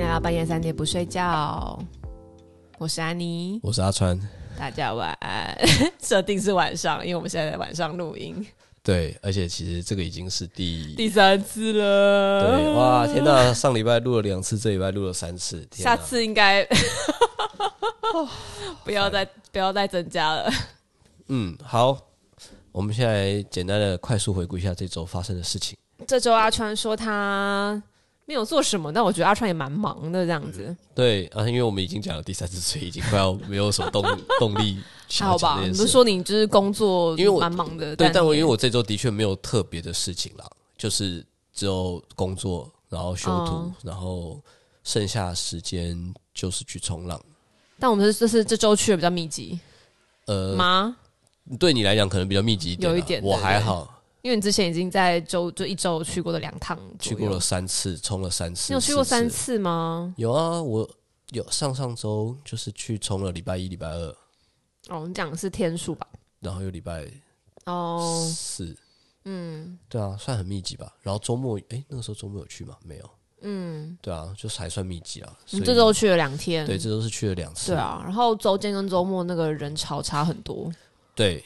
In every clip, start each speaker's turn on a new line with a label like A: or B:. A: 到半夜三点不睡觉。我是安妮，
B: 我是阿川。
A: 大家晚安。设定是晚上，因为我们现在在晚上录音，
B: 对，而且其实这个已经是第
A: 第三次了。
B: 对哇，天哪！上礼拜录了两次，这礼拜录了三次，天
A: 下
B: 哪
A: 次应该 不要再不要再增加了。
B: 嗯好，我们现在简单的快速回顾一下这周发生的事情。
A: 这周阿川说他没有做什么，但我觉得阿川也蛮忙的这样子。
B: 对啊，因为我们已经讲了第三次，所以已经快要没有什么动动力
A: 还
B: 想
A: 好
B: 要
A: 吧
B: 讲，这
A: 你
B: 件
A: 不是
B: 事了。
A: 说你就是工作
B: 因为我
A: 蛮忙的，
B: 对，但我
A: 你
B: 因为我这周的确没有特别的事情啦，就是只有工作，然后修图，
A: 嗯
B: 然后剩下的时间就是去冲浪。
A: 但我们是这是这周去的比较密集
B: 呃，
A: 吗？
B: 对你来讲可能比较密集一点啦，
A: 有一点
B: 我
A: 对
B: 还
A: 对
B: 好，
A: 因为你之前已经在周就一周去过了两趟左
B: 去
A: 右，
B: 过了三次，冲了三次，
A: 你有去过
B: 四
A: 三？次吗？
B: 有啊，我有上上周就是去冲了礼拜一、礼拜二，
A: 哦，你讲的是天数吧？
B: 然后又礼拜
A: 哦，
B: 四，
A: 嗯
B: 对啊，算很密集吧。然后周末，诶，那个时候周末有去吗？没有，
A: 嗯，
B: 对啊，就是还算密集啊。所
A: 你
B: 以
A: 这周去了两天，
B: 对，这都是去了两次，
A: 对，啊。然后周间跟周末那个人潮差很多，
B: 对。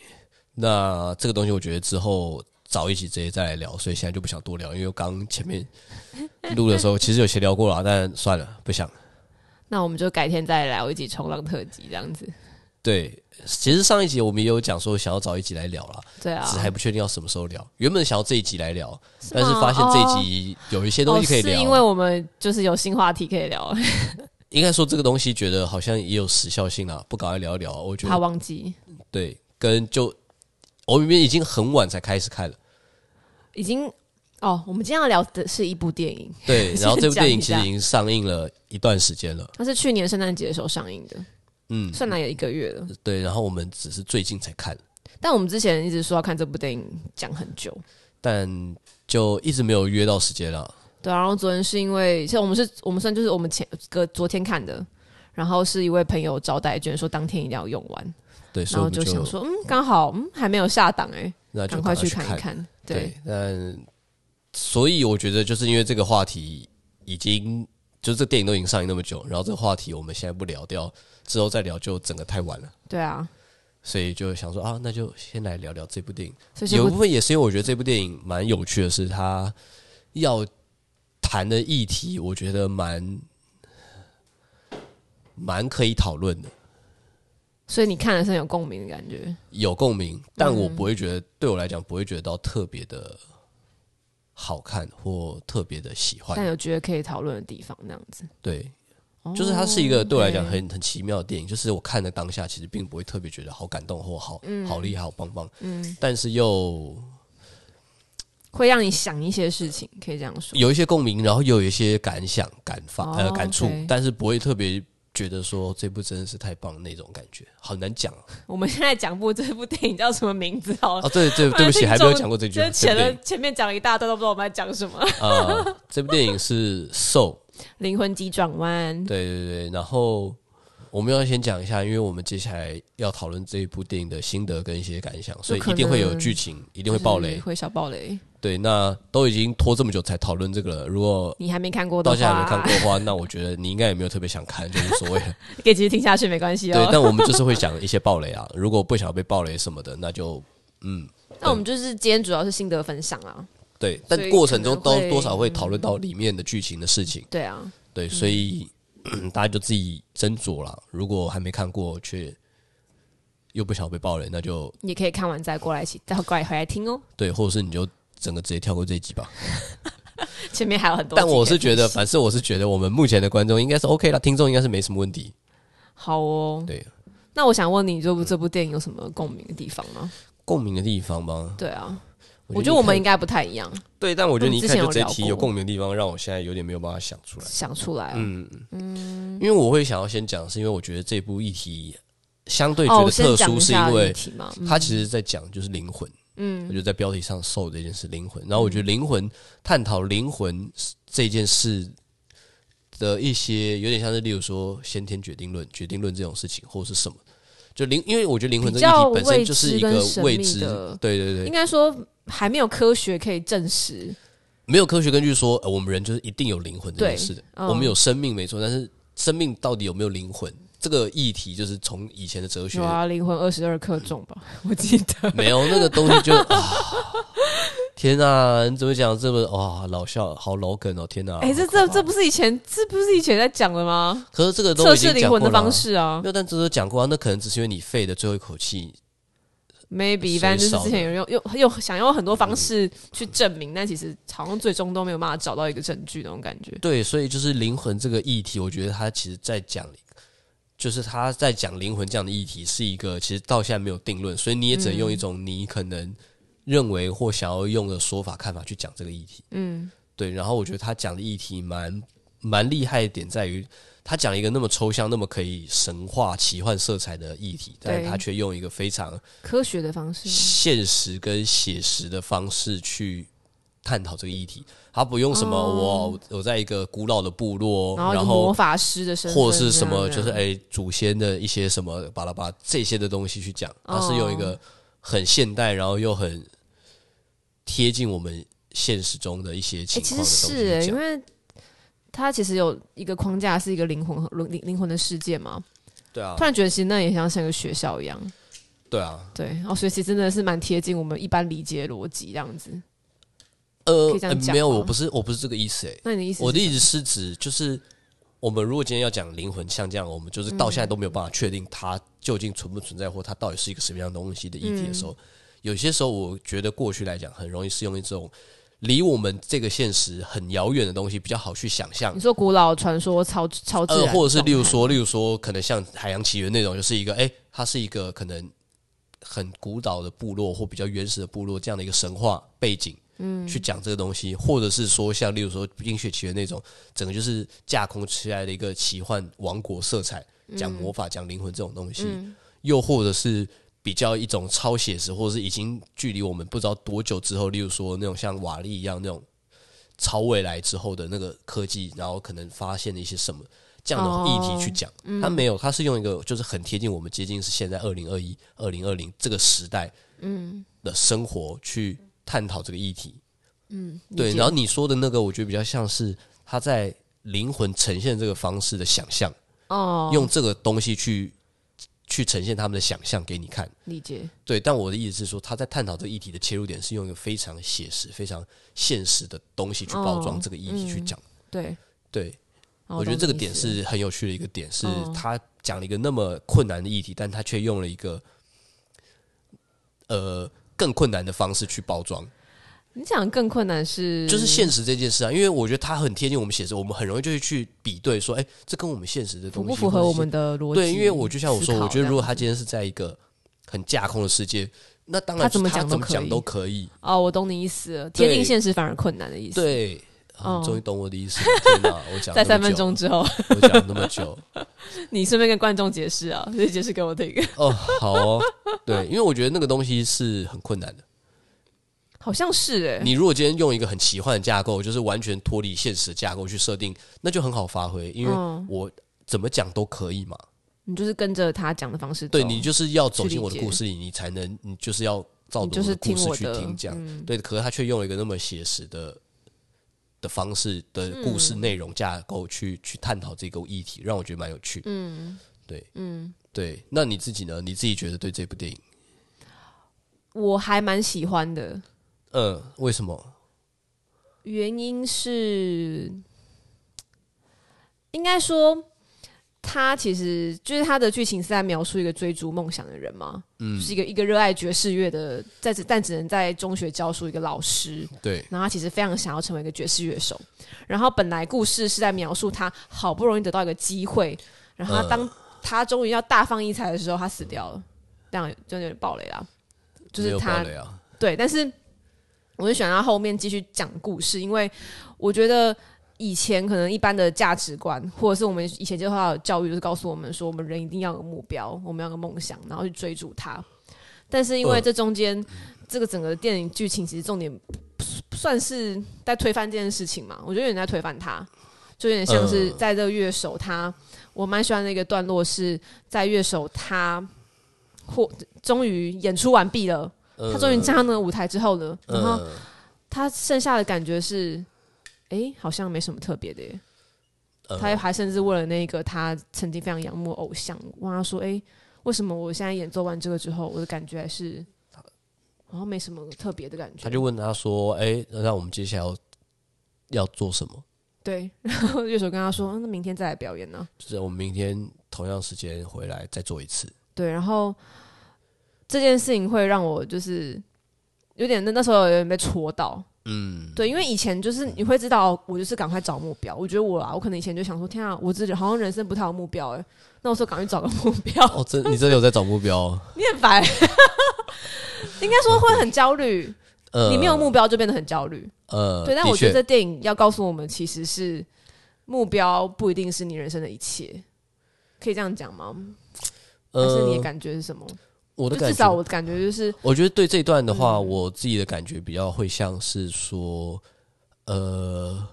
B: 那这个东西，我觉得之后早一起直接再来聊，所以现在就不想多聊，因为刚前面 录的 时候其实有闲聊过了啊，但算了，不想。
A: 那我们就改天再聊一集冲浪特辑这样子。
B: 对，其实上一集我们也有讲说想要找一集来聊啦，
A: 对啊
B: 只，是还不确定要什么时候聊。原本想要这一集来聊，
A: 是吗
B: 但是发现这一集有一些东西可以
A: 哦
B: 聊。
A: 是因为我们就是有新话题可以 聊，
B: 应该说这个东西觉得好像也有时效性啦，不搞来聊一聊啊，我觉
A: 怕
B: 得
A: 忘记，
B: 对，跟就我明明已经很晚才开始看了，
A: 已经哦，我们今天要聊的是一部电影，
B: 对，然后这部
A: 讲一
B: 电影其实
A: 下
B: 已经上映了一段时间了，
A: 它是去年圣诞节的时候上映的，
B: 嗯，
A: 算来有一个月了。
B: 对，然后我们只是最近才看，
A: 但我们之前一直说要看这部电影，讲很久。
B: 但就一直没有约到时间啦。
A: 对啊、然后昨天是因为，其实我们是我们算就是我们前隔昨天看的，然后是一位朋友招待券，说当天一定要用完，
B: 对，所
A: 然后
B: 以我们
A: 就想说，嗯，刚好嗯还没有下档哎、
B: 那就
A: 赶快
B: 赶快
A: 去
B: 去
A: 看一看。对，，
B: 但所以我觉得就是因为这个话题已经，就是这电影都已经上映那么久，然后这个话题我们现在不聊掉，之后再聊就整个太晚了，
A: 对啊，
B: 所以就想说啊，那就先来聊聊这部电影。
A: 所以这
B: 有一
A: 部
B: 部分也是因为我觉得这部电影蛮有趣的是，它要谈的议题，我觉得蛮蛮可以讨论的，
A: 所以你看的是很有共鸣的感觉。
B: 有共鸣，但
A: 嗯
B: 我不会觉得、对我来讲不会觉得到特别的好看或特别的喜欢
A: 但。有觉得可以讨论的地方，那样子。
B: 对，
A: 哦
B: 就是它是一个对我来讲
A: OK
B: 很很奇妙的电影，就是我看的当下其实并不会特别觉得好感动或好、好厉害、好棒棒，
A: 嗯，
B: 但是又
A: 会让你想一些事情，可以这样说。
B: 有一些共鸣，然后又有一些感想、感发、
A: 哦
B: 呃感触
A: OK
B: 但是不会特别觉得说这部真的是太棒那种感觉，很难讲啊。
A: 我们现在讲部这部电影叫什么名字 好了？
B: 啊对对，对不起，还没有讲过这句
A: 就
B: 话。
A: 是
B: 这
A: 前
B: 部电
A: 了
B: 影
A: 前面讲了一大段，都不知道我们在讲什么。
B: 啊，这部电影是《Soul》，
A: 灵魂急转弯，
B: 对对对，然后。我们要先讲一下，因为我们接下来要讨论这一部电影的心得跟一些感想，所以
A: 就可
B: 一定会有
A: 能
B: 剧情，
A: 就
B: 一定
A: 是
B: 会爆雷。
A: 会小爆雷。
B: 对，那都已经拖这么久才讨论这个了，如果
A: 你还没看过的
B: 到
A: 话，
B: 现在还没看过的话，那我觉得你应该也没有特别想看，就无所谓了。
A: 可以继续听下去，没关系
B: 对，
A: 哦。
B: 但我们就是会讲一些暴雷啊，如果不想要被暴雷什么的，那就嗯，
A: 那我们就是今天主要是心得分享啦。
B: 对。
A: 所以
B: 但过程中
A: 可能
B: 都
A: 会嗯
B: 多少会讨论到里面的剧情的事情，
A: 对啊，
B: 对，所以、嗯大家就自己斟酌啦。如果还没看过却又不想被暴雷，那就
A: 你可以看完再过来一起，再过来回来听哦。
B: 对，或者是你就整个直接跳过这一集吧。
A: 前面还有很多集可以
B: 但
A: 听。
B: 我是觉得，反正我是觉得我们目前的观众应该是 OK 啦，听众应该是没什么问题。
A: 好哦。
B: 对，
A: 那我想问你，这部这部电影有什么共鸣的地方吗？
B: 共鸣的地方吗？
A: 对啊，
B: 我
A: 我
B: 觉
A: 觉得
B: 得你
A: 我们
B: 看
A: 应该不太一样，
B: 对，但我觉得你一看
A: 嗯
B: 就
A: 我们之前
B: 这
A: 有
B: 一
A: 聊
B: 题
A: 过
B: 有共鸣的地方，让我现在有点没有办法想出来。
A: 想出来、啊。
B: 嗯嗯，因为我会想要先讲，是因为我觉得这部议题相对觉
A: 哦，
B: 得
A: 我先
B: 特
A: 讲
B: 殊，
A: 一
B: 是
A: 下
B: 因
A: 议
B: 为
A: 题嘛，
B: 它其实在讲就是灵魂。嗯，我觉得在标题上“受”这件事，灵魂。然后我觉得灵魂探讨灵魂这件事的一些，有点像是例如说先天决定论、决定论这种事情，或是什么。就灵，因为我觉得灵魂这个议题本身就是一
A: 比较
B: 个
A: 未知跟
B: 未
A: 神秘
B: 知
A: 的，
B: 对对对
A: 应，该说还没有科学可以证实
B: 没有科学根据说、呃我们人就是一定有灵魂这
A: 对
B: 件事的。
A: 嗯
B: 我们有生命没错，但是生命到底有没有灵魂这个议题，就是从以前的哲学
A: 有啊，灵魂二十二克重吧， 我记得。
B: 没有那个东西就啊，天啊，你怎么讲这么哇老笑好老梗哦，天哪！
A: 哎、这这这不是以前这不是以前在讲的吗？
B: 可是这个都
A: 测
B: 已经
A: 试灵
B: 讲过
A: 魂的
B: 了啊
A: 方式啊
B: 没有，但这都讲过啊，那可能只是因为你废的最后一口气，
A: ，maybe
B: 谁
A: 反正就
B: 少
A: 是
B: 嗯
A: 之前有人用用用想用很多方式去证明，但其实好像最终都没有办法找到一个证据那种感觉。
B: 对，所以就是灵魂这个议题，我觉得他其实在讲，就是他在讲灵魂这样的议题是一个其实到现在没有定论，所以你也只能用一种你可能认为或想要用的说法看法去讲这个议题。
A: 嗯，
B: 对，然后我觉得他讲的议题蛮蛮厉害的点在于，他讲了一个那么抽象、那么可以神话奇幻色彩的议题，但
A: 对嗯
B: 是他却用一个非常
A: 科学的方式，
B: 现实跟写实的方式去探讨这个议题。他不用什么
A: 哦
B: 我我在一个古老的部落，
A: 然后一个
B: 哦然
A: 魔
B: 后
A: 法师的身份，
B: 或是什么
A: 这样
B: 就是
A: 这样
B: 哎、祖先的一些什么巴拉巴拉这些的东西去讲，
A: 哦
B: 他是用一个很现代，然后又很贴近我们现实中的一些
A: 哎、
B: 情
A: 其
B: 况的
A: 实
B: 东西
A: 是、哎，
B: 去
A: 因
B: 讲。
A: 为它其实有一个框架，是一个灵魂灵灵灵魂的世界嘛。
B: 对啊
A: 突，然觉得其实那也像像一个学校一样，
B: 对啊，
A: 对，哦，所以其实真的是蛮贴近我们一般理解逻辑这样子。
B: 呃
A: 可以这，样
B: 呃
A: 讲
B: 没有，
A: 吗
B: 我不是我不是这个意思哎、
A: 那你的意思是？
B: 我的意思是指，就是我们如果今天要讲灵魂，像这样，我们就是到现在都没有办法确定它究竟存不存在，或它到底是一个什么样的东西的议题的
A: 嗯
B: 时候，有些时候我觉得过去来讲，很容易是用一种离我们这个现实很遥远的东西比较好去想象
A: 你。说古老传说超超自
B: 呃，
A: 然，
B: 或者是例如，说，例如说，可能像《海洋奇缘》那种，就是一个，哎、它是一个可能很古老的部落或比较原始的部落这样的一个神话背景，嗯，去讲这个东西，或者是说像例如说《冰雪奇缘》那种，整个就是架空起来的一个奇幻王国色彩，
A: 嗯
B: 讲魔法、讲灵魂这种东西，又或者是。比较一种超写实，或者是已经距离我们不知道多久之后，例如说那种像瓦力一样那种超未来之后的那个科技，然后可能发现了一些什么这样的议题
A: 哦
B: 去讲。
A: 嗯
B: 他没有，他是用一个就是很贴近我们接近是现在二零二一、二零二零这个时代
A: 嗯
B: 的生活去探讨这个议题。
A: 嗯，理
B: 对，
A: 解
B: 然后你说的那个，我觉得比较像是他在灵魂呈现这个方式的想象，
A: 哦，
B: 用这个东西去去呈现他们的想象给你看。
A: 理解，
B: 对，但我的意思是说，他在探讨这个议题的切入点是用一个非常写实、非常现实的东西去包装
A: 哦
B: 这个议题去
A: 嗯
B: 讲。
A: 对，
B: 对，
A: 哦
B: 我觉得这个点，
A: 懂你意思
B: 是很有趣的一个点，是
A: 嗯
B: 他讲了一个那么困难的议题，但他却用了一个呃更困难的方式去包装，
A: 你讲的更困难是
B: 就是现实这件事啊。因为我觉得它很贴近我们写实，我们很容易就会去比对说，哎、这跟我们现实的
A: 符
B: 东西
A: 不符
B: 或
A: 合
B: 者
A: 我
B: 是
A: 们的逻辑？
B: 对，因为我就像我说，
A: 思考
B: 我觉得如果他
A: 这样
B: 今天是在一个很架空的世界，那当
A: 他
B: 然
A: 怎么
B: 他
A: 讲
B: 怎
A: 都
B: 么
A: 可
B: 讲
A: 以
B: 都可以。
A: 哦，我懂你意思了，
B: 对
A: 贴近现实反而困难的意思。，
B: 对，啊
A: 哦
B: 你终于懂我的意思了。天 哪，我讲
A: 在
B: 那么
A: 三分
B: 久
A: 钟，之后，
B: 我讲那么久。
A: 你顺便跟观众解释啊， 所以解释给我听。
B: 哦，好哦，对，因为我觉得那个东西是很困难的。
A: 好像是哎、
B: 你如果今天用一个很奇幻的架构，就是完全脱离现实的架构去设定，那就很好发挥，因为
A: 嗯，
B: 我怎么讲都可以嘛。
A: 你就是跟着他讲的方式走，
B: 对你就是要走进我的
A: 去理解
B: 故事里，你才能，你就是要照
A: 你
B: 着
A: 就
B: 我
A: 是
B: 的故
A: 听
B: 事
A: 我
B: 去
A: 的
B: 听讲。
A: 嗯
B: 对，可是他却用了一个那么写实的的方式的故
A: 嗯
B: 事内容架构去、去探讨这个议题，让我觉得蛮有趣。
A: 嗯
B: 对
A: 嗯，
B: 对，那你自己呢？你自己觉得对这部电影，
A: 我还蛮喜欢的，
B: 嗯，为什么？
A: 原因是，应该说，他其实就是他的剧情是在描述一个追逐梦想的人嘛，
B: 嗯
A: 就是一个一个热爱爵士乐的，在只但只能在中学教书一个老师，
B: 对，
A: 然后他其实非常想要成为一个爵士乐手，然后本来故事是在描述他好不容易得到一个机会，然后他
B: 呃
A: 当他终于要大放异彩的时候，他死掉了，这样就有点暴雷啦，就
B: 没
A: 是
B: 有
A: 他
B: 爆雷啊，
A: 对，但是我就喜欢他后面继续讲故事，因为我觉得以前可能一般的价值观，或者是我们以前接受到的教育，就是告诉我们说，我们人一定要有目标，我们要有个梦想，然后去追逐它。但是因为
B: 嗯
A: 这中间、这个整个电影剧情，其实重点不算是在推翻这件事情嘛，我觉得有点在推翻它。就有点像是
B: 嗯
A: 在这个乐手他，我蛮喜欢的一个段落是在乐手他或终于演出完毕了，
B: 嗯
A: 他终于站上那个舞台之后呢，然后
B: 嗯
A: 他剩下的感觉是，哎、好像没什么特别的耶。
B: 呃
A: 他还甚至为了那个他曾经非常仰慕的偶像，问他说：“哎、为什么我现在演奏完这个之后，我的感觉还是好像没什么特别的感觉？”
B: 他就问他说：“哎、那我们接下来要要做什么？
A: 对， 然后乐手跟他说：“嗯那明天再来表演呢、
B: 就是我们明天同样时间回来再做一次。
A: 对，然后这件事情会让我就是有点那那时候有点被戳到，”
B: 嗯，
A: 对，因为以前就是你会知道，哦我就是赶快找目标。我觉得我啊，我可能以前就想说，天啊，我自己好像人生不太有目标哎、那我说赶快找个目标，
B: 哦，真你真的有在找目标哦？
A: 你很烦，应该说会很焦虑。
B: 呃，
A: 你没有目标就变得很焦虑。
B: 呃，
A: 对，但我
B: 的
A: 觉
B: 确
A: 得这电影要告诉我们，其实是目标不一定是你人生的一切，可以这样讲吗？还是你的
B: 呃，
A: 感觉是什么？
B: 我的
A: 就
B: 感
A: 至少
B: 觉，
A: 我的感觉就是，
B: 我觉得对这一段的话，我自己的感觉比较会像是说，呃，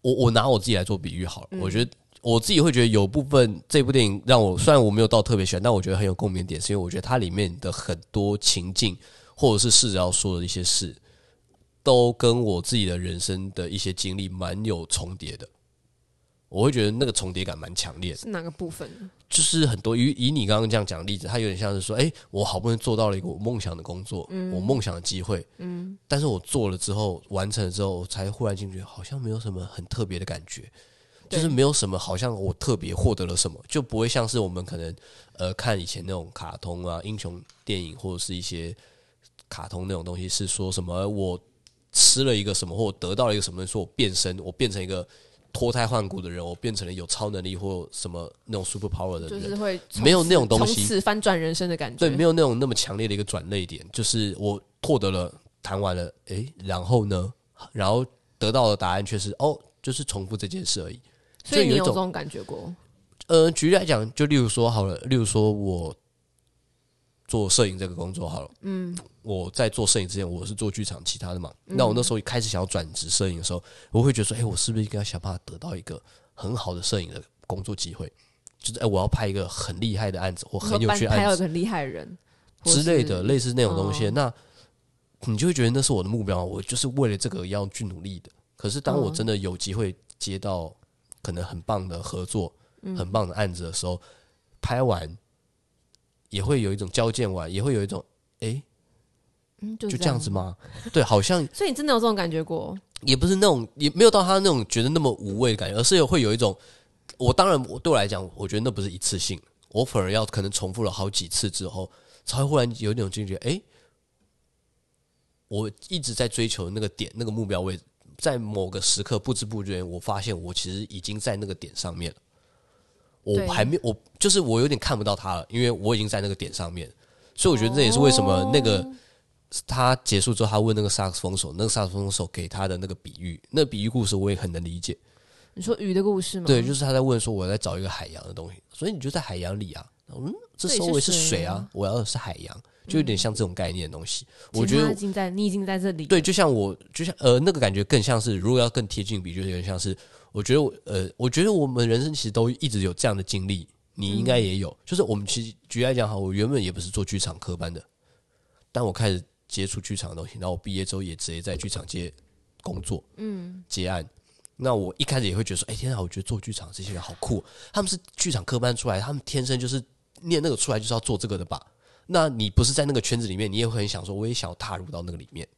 B: 我我拿我自己来做比喻好了，我觉得。我自己会觉得有部分这部电影让我虽然我没有到特别喜欢，但我觉得很有共鸣点，是因为我觉得它里面的很多情境或者是试着要说的一些事，都跟我自己的人生的一些经历蛮有重叠的。我会觉得那个重叠感蛮强烈的。
A: 是哪个部分？
B: 就是很多，以以你刚刚这样讲的例子，它有点像是说，哎、我好不容易做到了一个我梦想的工作，
A: 嗯
B: 我梦想的机会，但是我做了之后，完成了之后，我才忽然惊觉，好像没有什么很特别的感觉，
A: 对
B: 就是没有什么好像我特别获得了什么，就不会像是我们可能呃看以前那种卡通啊、英雄电影或者是一些卡通那种东西，是说什么我吃了一个什么，或我得到了一个什么，说我变身，我变成一个。脱胎换骨的人，我变成了有超能力或什么那种 super power 的人，
A: 就是会从
B: 没有那种
A: 此
B: 东
A: 从
B: 西
A: 此翻转人生的感觉。
B: 对，没有那种那么强烈的一个转泪点，就是我获得了谈完了，诶，然后呢，然后得到的答案却是哦，就是重复这件事而已。
A: 所以
B: 就有
A: 你
B: 一
A: 有这
B: 种
A: 种感觉过？
B: 呃，举例来讲，就例如说好了，例如说我做摄影这个工作好了，嗯，我在做摄影之前，我是做剧场其他的嘛。那我那时候一开始想要转职摄影的时候，我会觉得说，哎、我是不是应该想办法得到一个很好的摄影的工作机会？就是哎、我要拍一个很厉害的案子或很有趣的
A: 还
B: 案
A: 有
B: 子
A: 一，个很厉害的人或
B: 之类
A: 是
B: 的，类似那种东西，
A: 哦
B: 那你就会觉得那是我的目标，我就是为了这个要去努力的。可是当我
A: 嗯
B: 真的有机会接到可能很棒的合作、
A: 嗯
B: 很棒的案子的时候，拍完也会有一种交件完，也会有一种诶，
A: 嗯，就
B: 就
A: 这
B: 这样子。吗？对，好像
A: 所以你真的有这种感觉过？
B: 也不是那种，也没有到他那种觉得那么无味的感觉，而是会有一种，我当然我对我来讲，我觉得那不是一次性，我反而要可能重复了好几次之后，才会忽然有那种惊觉，诶，我一直在追求那个点，那个目标位置，在某个时刻不知不觉，我发现我其实已经在那个点上面了，我
A: 对
B: 还没，我就是我有点看不到它了，因为我已经在那个点上面，所以我觉得这也是为什么那个。他结束之后，他问那个萨克斯风手，那个萨克斯风手给他的那个比喻，那比喻故事我也很能理解。
A: 你说鱼的故事吗？
B: 对，就是他在问说我在找一个海洋的东西，所以你就在海洋里啊。嗯，这
A: 这里
B: 时候
A: 是
B: 我也是
A: 水
B: 水啊
A: 啊，
B: 我要的是海洋，就有点像这种概念的东西。
A: 其
B: 我
A: 实
B: 觉
A: 他已
B: 得
A: 经在，你已经在这里。
B: 对，，就像我，就像呃，那个感觉更像是，如果要更贴近比，就是有点像是，我觉得我呃，我觉得我们人生其实都一直有这样的经历，你应该也有。就是我们其实举例来讲，好，我原本也不是做剧场科班的，但我开始接触剧场的东西，然后我毕业之后也直接在剧场接工作，嗯，接案。那我一开始也会觉得说，哎、天啊，我觉得做剧场这些人好酷，哦他们是剧场科班出来，他们天生就是念那个出来就是要做这个的吧？那你不是在那个圈子里面，你也会很想说，我也想要踏入到那个里面。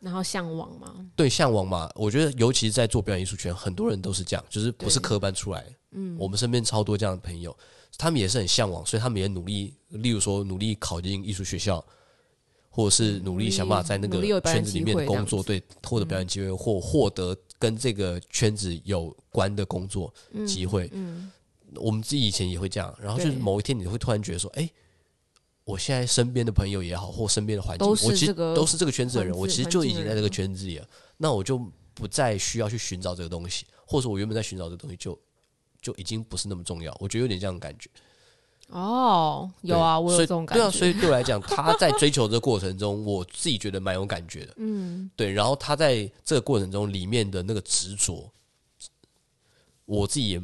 A: 然后向往嘛，
B: 对向往嘛，我觉得尤其是在做表演艺术圈，很多人都是这样，就是不是科班出来。嗯，我们身边超多这样的朋友，他们也是很向往，所以他们也努力，例如说努力考进艺术学校，或者是努力想办法在那
A: 努力有
B: 个
A: 表演
B: 圈
A: 机
B: 子
A: 会
B: 里面的工作，对，获得表演机会或获得跟这个圈子有关的工作机会。
A: 嗯，
B: 我们自己以前也会这样，然后就是
A: 对
B: 某一天你会突然觉得说，哎、我现在身边的朋友也好，或身边的环境，
A: 都是
B: 我其实
A: 这个
B: 都是这个圈子的人，
A: 环
B: 我
A: 境
B: 其实就
A: 环
B: 已
A: 境的
B: 经
A: 人
B: 在这个圈子里了，那我就不再需要去寻找这个东西，或者我原本在寻找这个东西就就已经不是那么重要，我觉得有点这样的感觉。
A: 哦，有啊，
B: 对
A: 我有
B: 所
A: 这
B: 以
A: 种感觉。
B: 对啊，所以对我来讲，他在追求的过程中，我自己觉得蛮有感觉的。嗯，对。然后他在这个过程中里面的那个执着，我自己也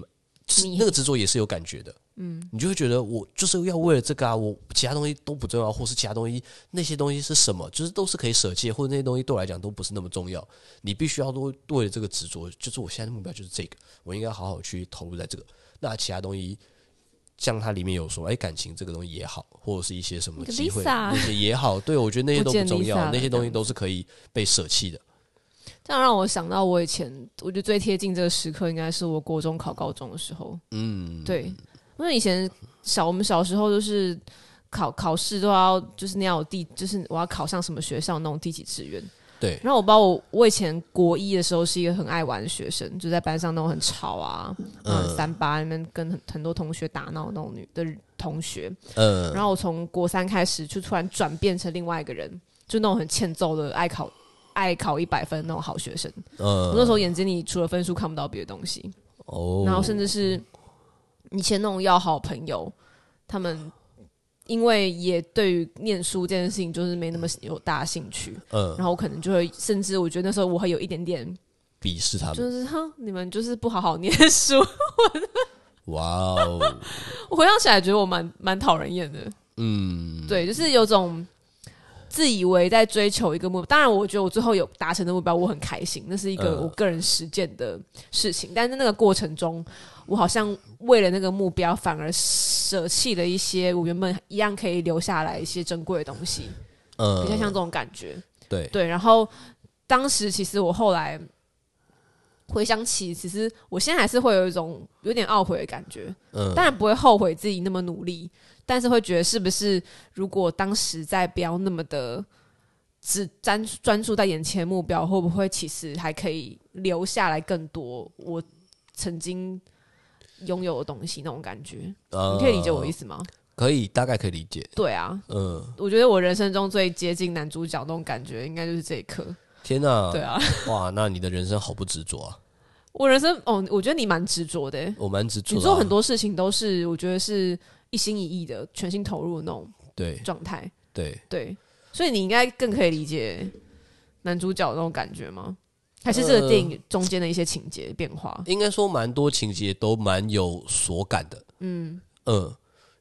A: 你
B: 那个执着也是有感觉的。嗯，你就会觉得我就是要为了这个啊，我其他东西都不重要，或是其他东西那些东西是什么，就是都是可以舍弃的，或者那些东西对我来讲都不是那么重要。你必须要多为了这个执着，就是我现在的目标就是这个，我应该好好去投入在这个。那其他东西，像它里面有说，哎、感情这个东西也好，或者是一些什么
C: 你的
B: 机会
C: Lisa
B: 那啊些也好，对我觉得那些都不重
A: 不见 Lisa
B: 要，
A: 了
B: 那些东西都是可以被舍弃的。
A: 这样让我想到我以前，我觉得最贴近这个时刻应该是我国中考高中的时候。
B: 嗯，
A: 对，因为以前小我们小时候就是考考试都要就是你要有第就是我要考上什么学校那种第几志愿。
B: 对，
A: 然后我包我我以前国一的时候是一个很爱玩的学生，就在班上那种很吵啊，嗯，三八那边跟很很多同学打闹那种女的同学。
B: 嗯、
A: 然后我从国三开始就突然转变成另外一个人，就那种很欠揍的爱考爱考一百分那种好学生。
B: 嗯，
A: 我那时候眼睛里除了分数看不到别的东西，
B: 哦，
A: 然后甚至是以前那种要好朋友，他们因为也对于念书这件事情就是没那么有大兴趣，
B: 嗯
A: 然后我可能就会甚至我觉得那时候我会有一点点
B: 鄙视他
A: 就
B: 们，
A: 是哼，你们就是不好好念书。
B: 哇哦，
A: 我回想起来觉得我蛮蛮讨人厌的，
B: 嗯，
A: 对，就是有种自以为在追求一个目标。当然，我觉得我最后有达成的目标，我很开心，那是一个
B: 嗯
A: 我个人实践的事情。但是那个过程中，我好像为了那个目标，反而舍弃了一些我原本一样可以留下来一些珍贵的东西，
B: 嗯，
A: 比较像这种感觉。
B: 对，
A: 对，然后当时其实我后来。回想起，其实我现在还是会有一种有点懊悔的感觉，
B: 嗯，
A: 当然不会后悔自己那么努力，但是会觉得是不是如果当时再不要那么的只专专注在眼前目标，会不会其实还可以留下来更多我曾经拥有的东西那种感觉？
B: 呃
A: 你可以理解我意，思吗？
B: 可以，大概可以理解，
A: 对啊，
B: 嗯，
A: 我觉得我人生中最接近男主角那种感觉，应该就是这一刻。
B: 天哪，
A: 对，啊，
B: 哇，那你的人生好不执着啊，
A: 我人生哦，我觉得你蛮执着的欸、
B: 我蛮执着的啊，
A: 你做很多事情都是我觉得是一心一意的、全心投入的那种
B: 对
A: 状态。
B: 对，
A: 对，所以你应该更可以理解男主角那种感觉吗？还是
B: 呃
A: 这个电影中间的一些情节变化？
B: 应该说蛮多情节都蛮有所感的，嗯嗯，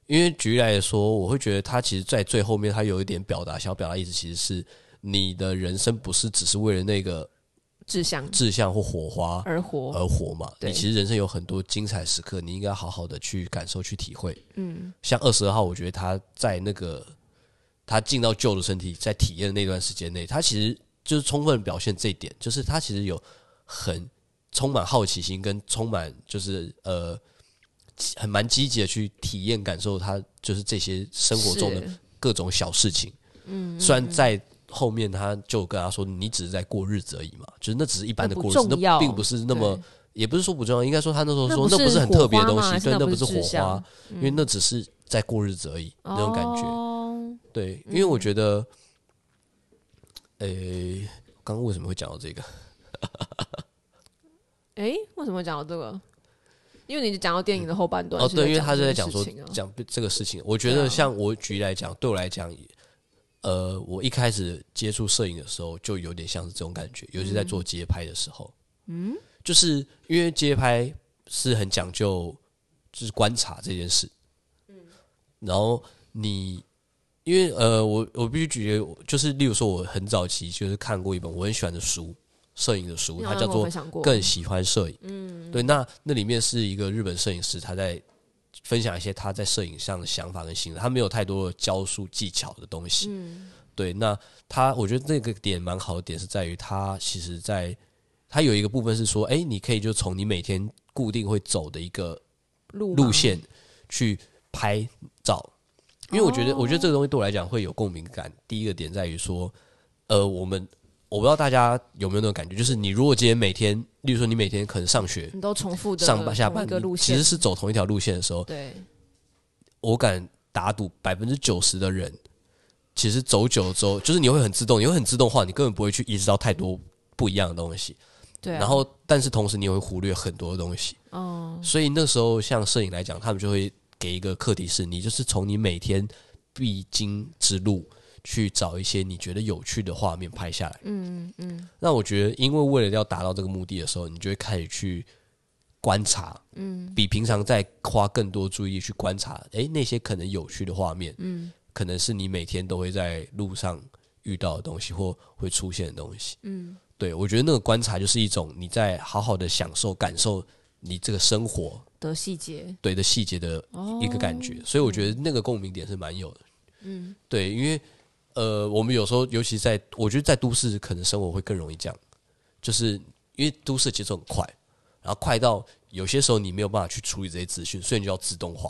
B: 因为举例来说，我会觉得他其实，在最后面他有一点表达，想要表达的意思其实是你的人生不是只是为了那个
A: 志向
B: 志向或火花
A: 而活，
B: 而活嘛，
A: 对
B: 你其实人生有很多精彩时刻，你应该好好的去感受、去体会。
A: 嗯，
B: 像二十二号，我觉得他在那个他进到旧的身体，在体验的那段时间内，他其实就是充分表现这一点，就是他其实有很充满好奇心，跟充满就是呃很蛮积极的去体验、感受他就是这些生活中的
A: 是
B: 各种小事情。嗯，虽然在后面他就跟他说，你只是在过日子而已嘛，就是那只是一般的
A: 那不
B: 过日子，
A: 重
B: 那
A: 要
B: 并不是那么
A: 对。
B: 也不是说不重要，应该说他那时候
A: 那
B: 说
A: 不
B: 那不
A: 是
B: 是很特别的
A: 火花
B: 东
A: 吗
B: 西，
A: 还是
B: 对，
A: 那
B: 那
A: 不
B: 不
A: 是
B: 是火
A: 志
B: 花
A: 向，嗯
B: 因为那只是在过日子而已那种感觉。
A: 哦
B: 对，因为我觉得，诶，刚刚为什么会讲到这个？
A: 诶，为什么讲到这个？因为你讲到电影的后半段
B: 哦，
A: 是在
B: 对，因为他是在
A: 讲这件
B: 讲说
A: 事情啊
B: 讲这个事情。我觉
A: 对啊
B: 得像我举例来讲，对我来讲，呃，我一开始接触摄影的时候，就有点像是这种感觉，尤其
A: 嗯
B: 在做街拍的时候，嗯，就是因为街拍是很讲究就是观察这件事，嗯，然后你。因为呃，我我必须举例，就是例如说，我很早期就是看过一本我很喜欢的书，摄影的书，
A: 你好
B: 它
A: 像
B: 叫
A: 跟我
B: 做
A: 分享过
B: 更喜欢摄影。嗯，对，那那里面是一个日本摄影师，他在分享一些他在摄影上的想法跟心得，他没有太多的教术技巧的东西。
A: 嗯
B: 对，那他我觉得这个点蛮好的点是在于他其实在他有一个部分是说，哎、你可以就从你每天固定会走的一个
A: 路
B: 路
A: 嘛
B: 线去拍照，因为我觉得，
A: 哦
B: 我觉得这个东西对我来讲会有共鸣感。第一个点在于说，呃，我们我不知道大家有没有那种感觉，就是你如果今天每天，例如说你每天可能上学、
A: 你都重复的
B: 上班、下班
A: 一个，路
B: 其
A: 线，
B: 实是走同一条路线的时候，
A: 对
B: 我敢打赌百分之九十的人，其实走久了之后，就是你会很自动，你会很自动化，你根本不会去意识到太多不一样的东西。
A: 对啊。
B: 然后，但是同时你也会忽略很多东西。
A: 哦，
B: 所以那时候像摄影来讲，他们就会给一个课题是，你就是从你每天必经之路去找一些你觉得有趣的画面拍下来。
A: 嗯嗯，
B: 那我觉得，因为为了要达到这个目的的时候，你就会开始去观察，嗯，比平常再花更多注意去观察，诶、那些可能有趣的画面，嗯，可能是你每天都会在路上遇到的东西或会出现的东西，嗯，对我觉得那个观察就是一种你在好好的享受感受你这个生活
A: 的细节，
B: 对的细节的一个感觉，所以我觉得那个共鸣点是蛮有的。嗯，对，因为呃，我们有时候尤其在我觉得在都市可能生活会更容易这样，就是因为都市节奏很快，然后快到有些时候你没有办法去处理这些资讯，所以你就要自动化。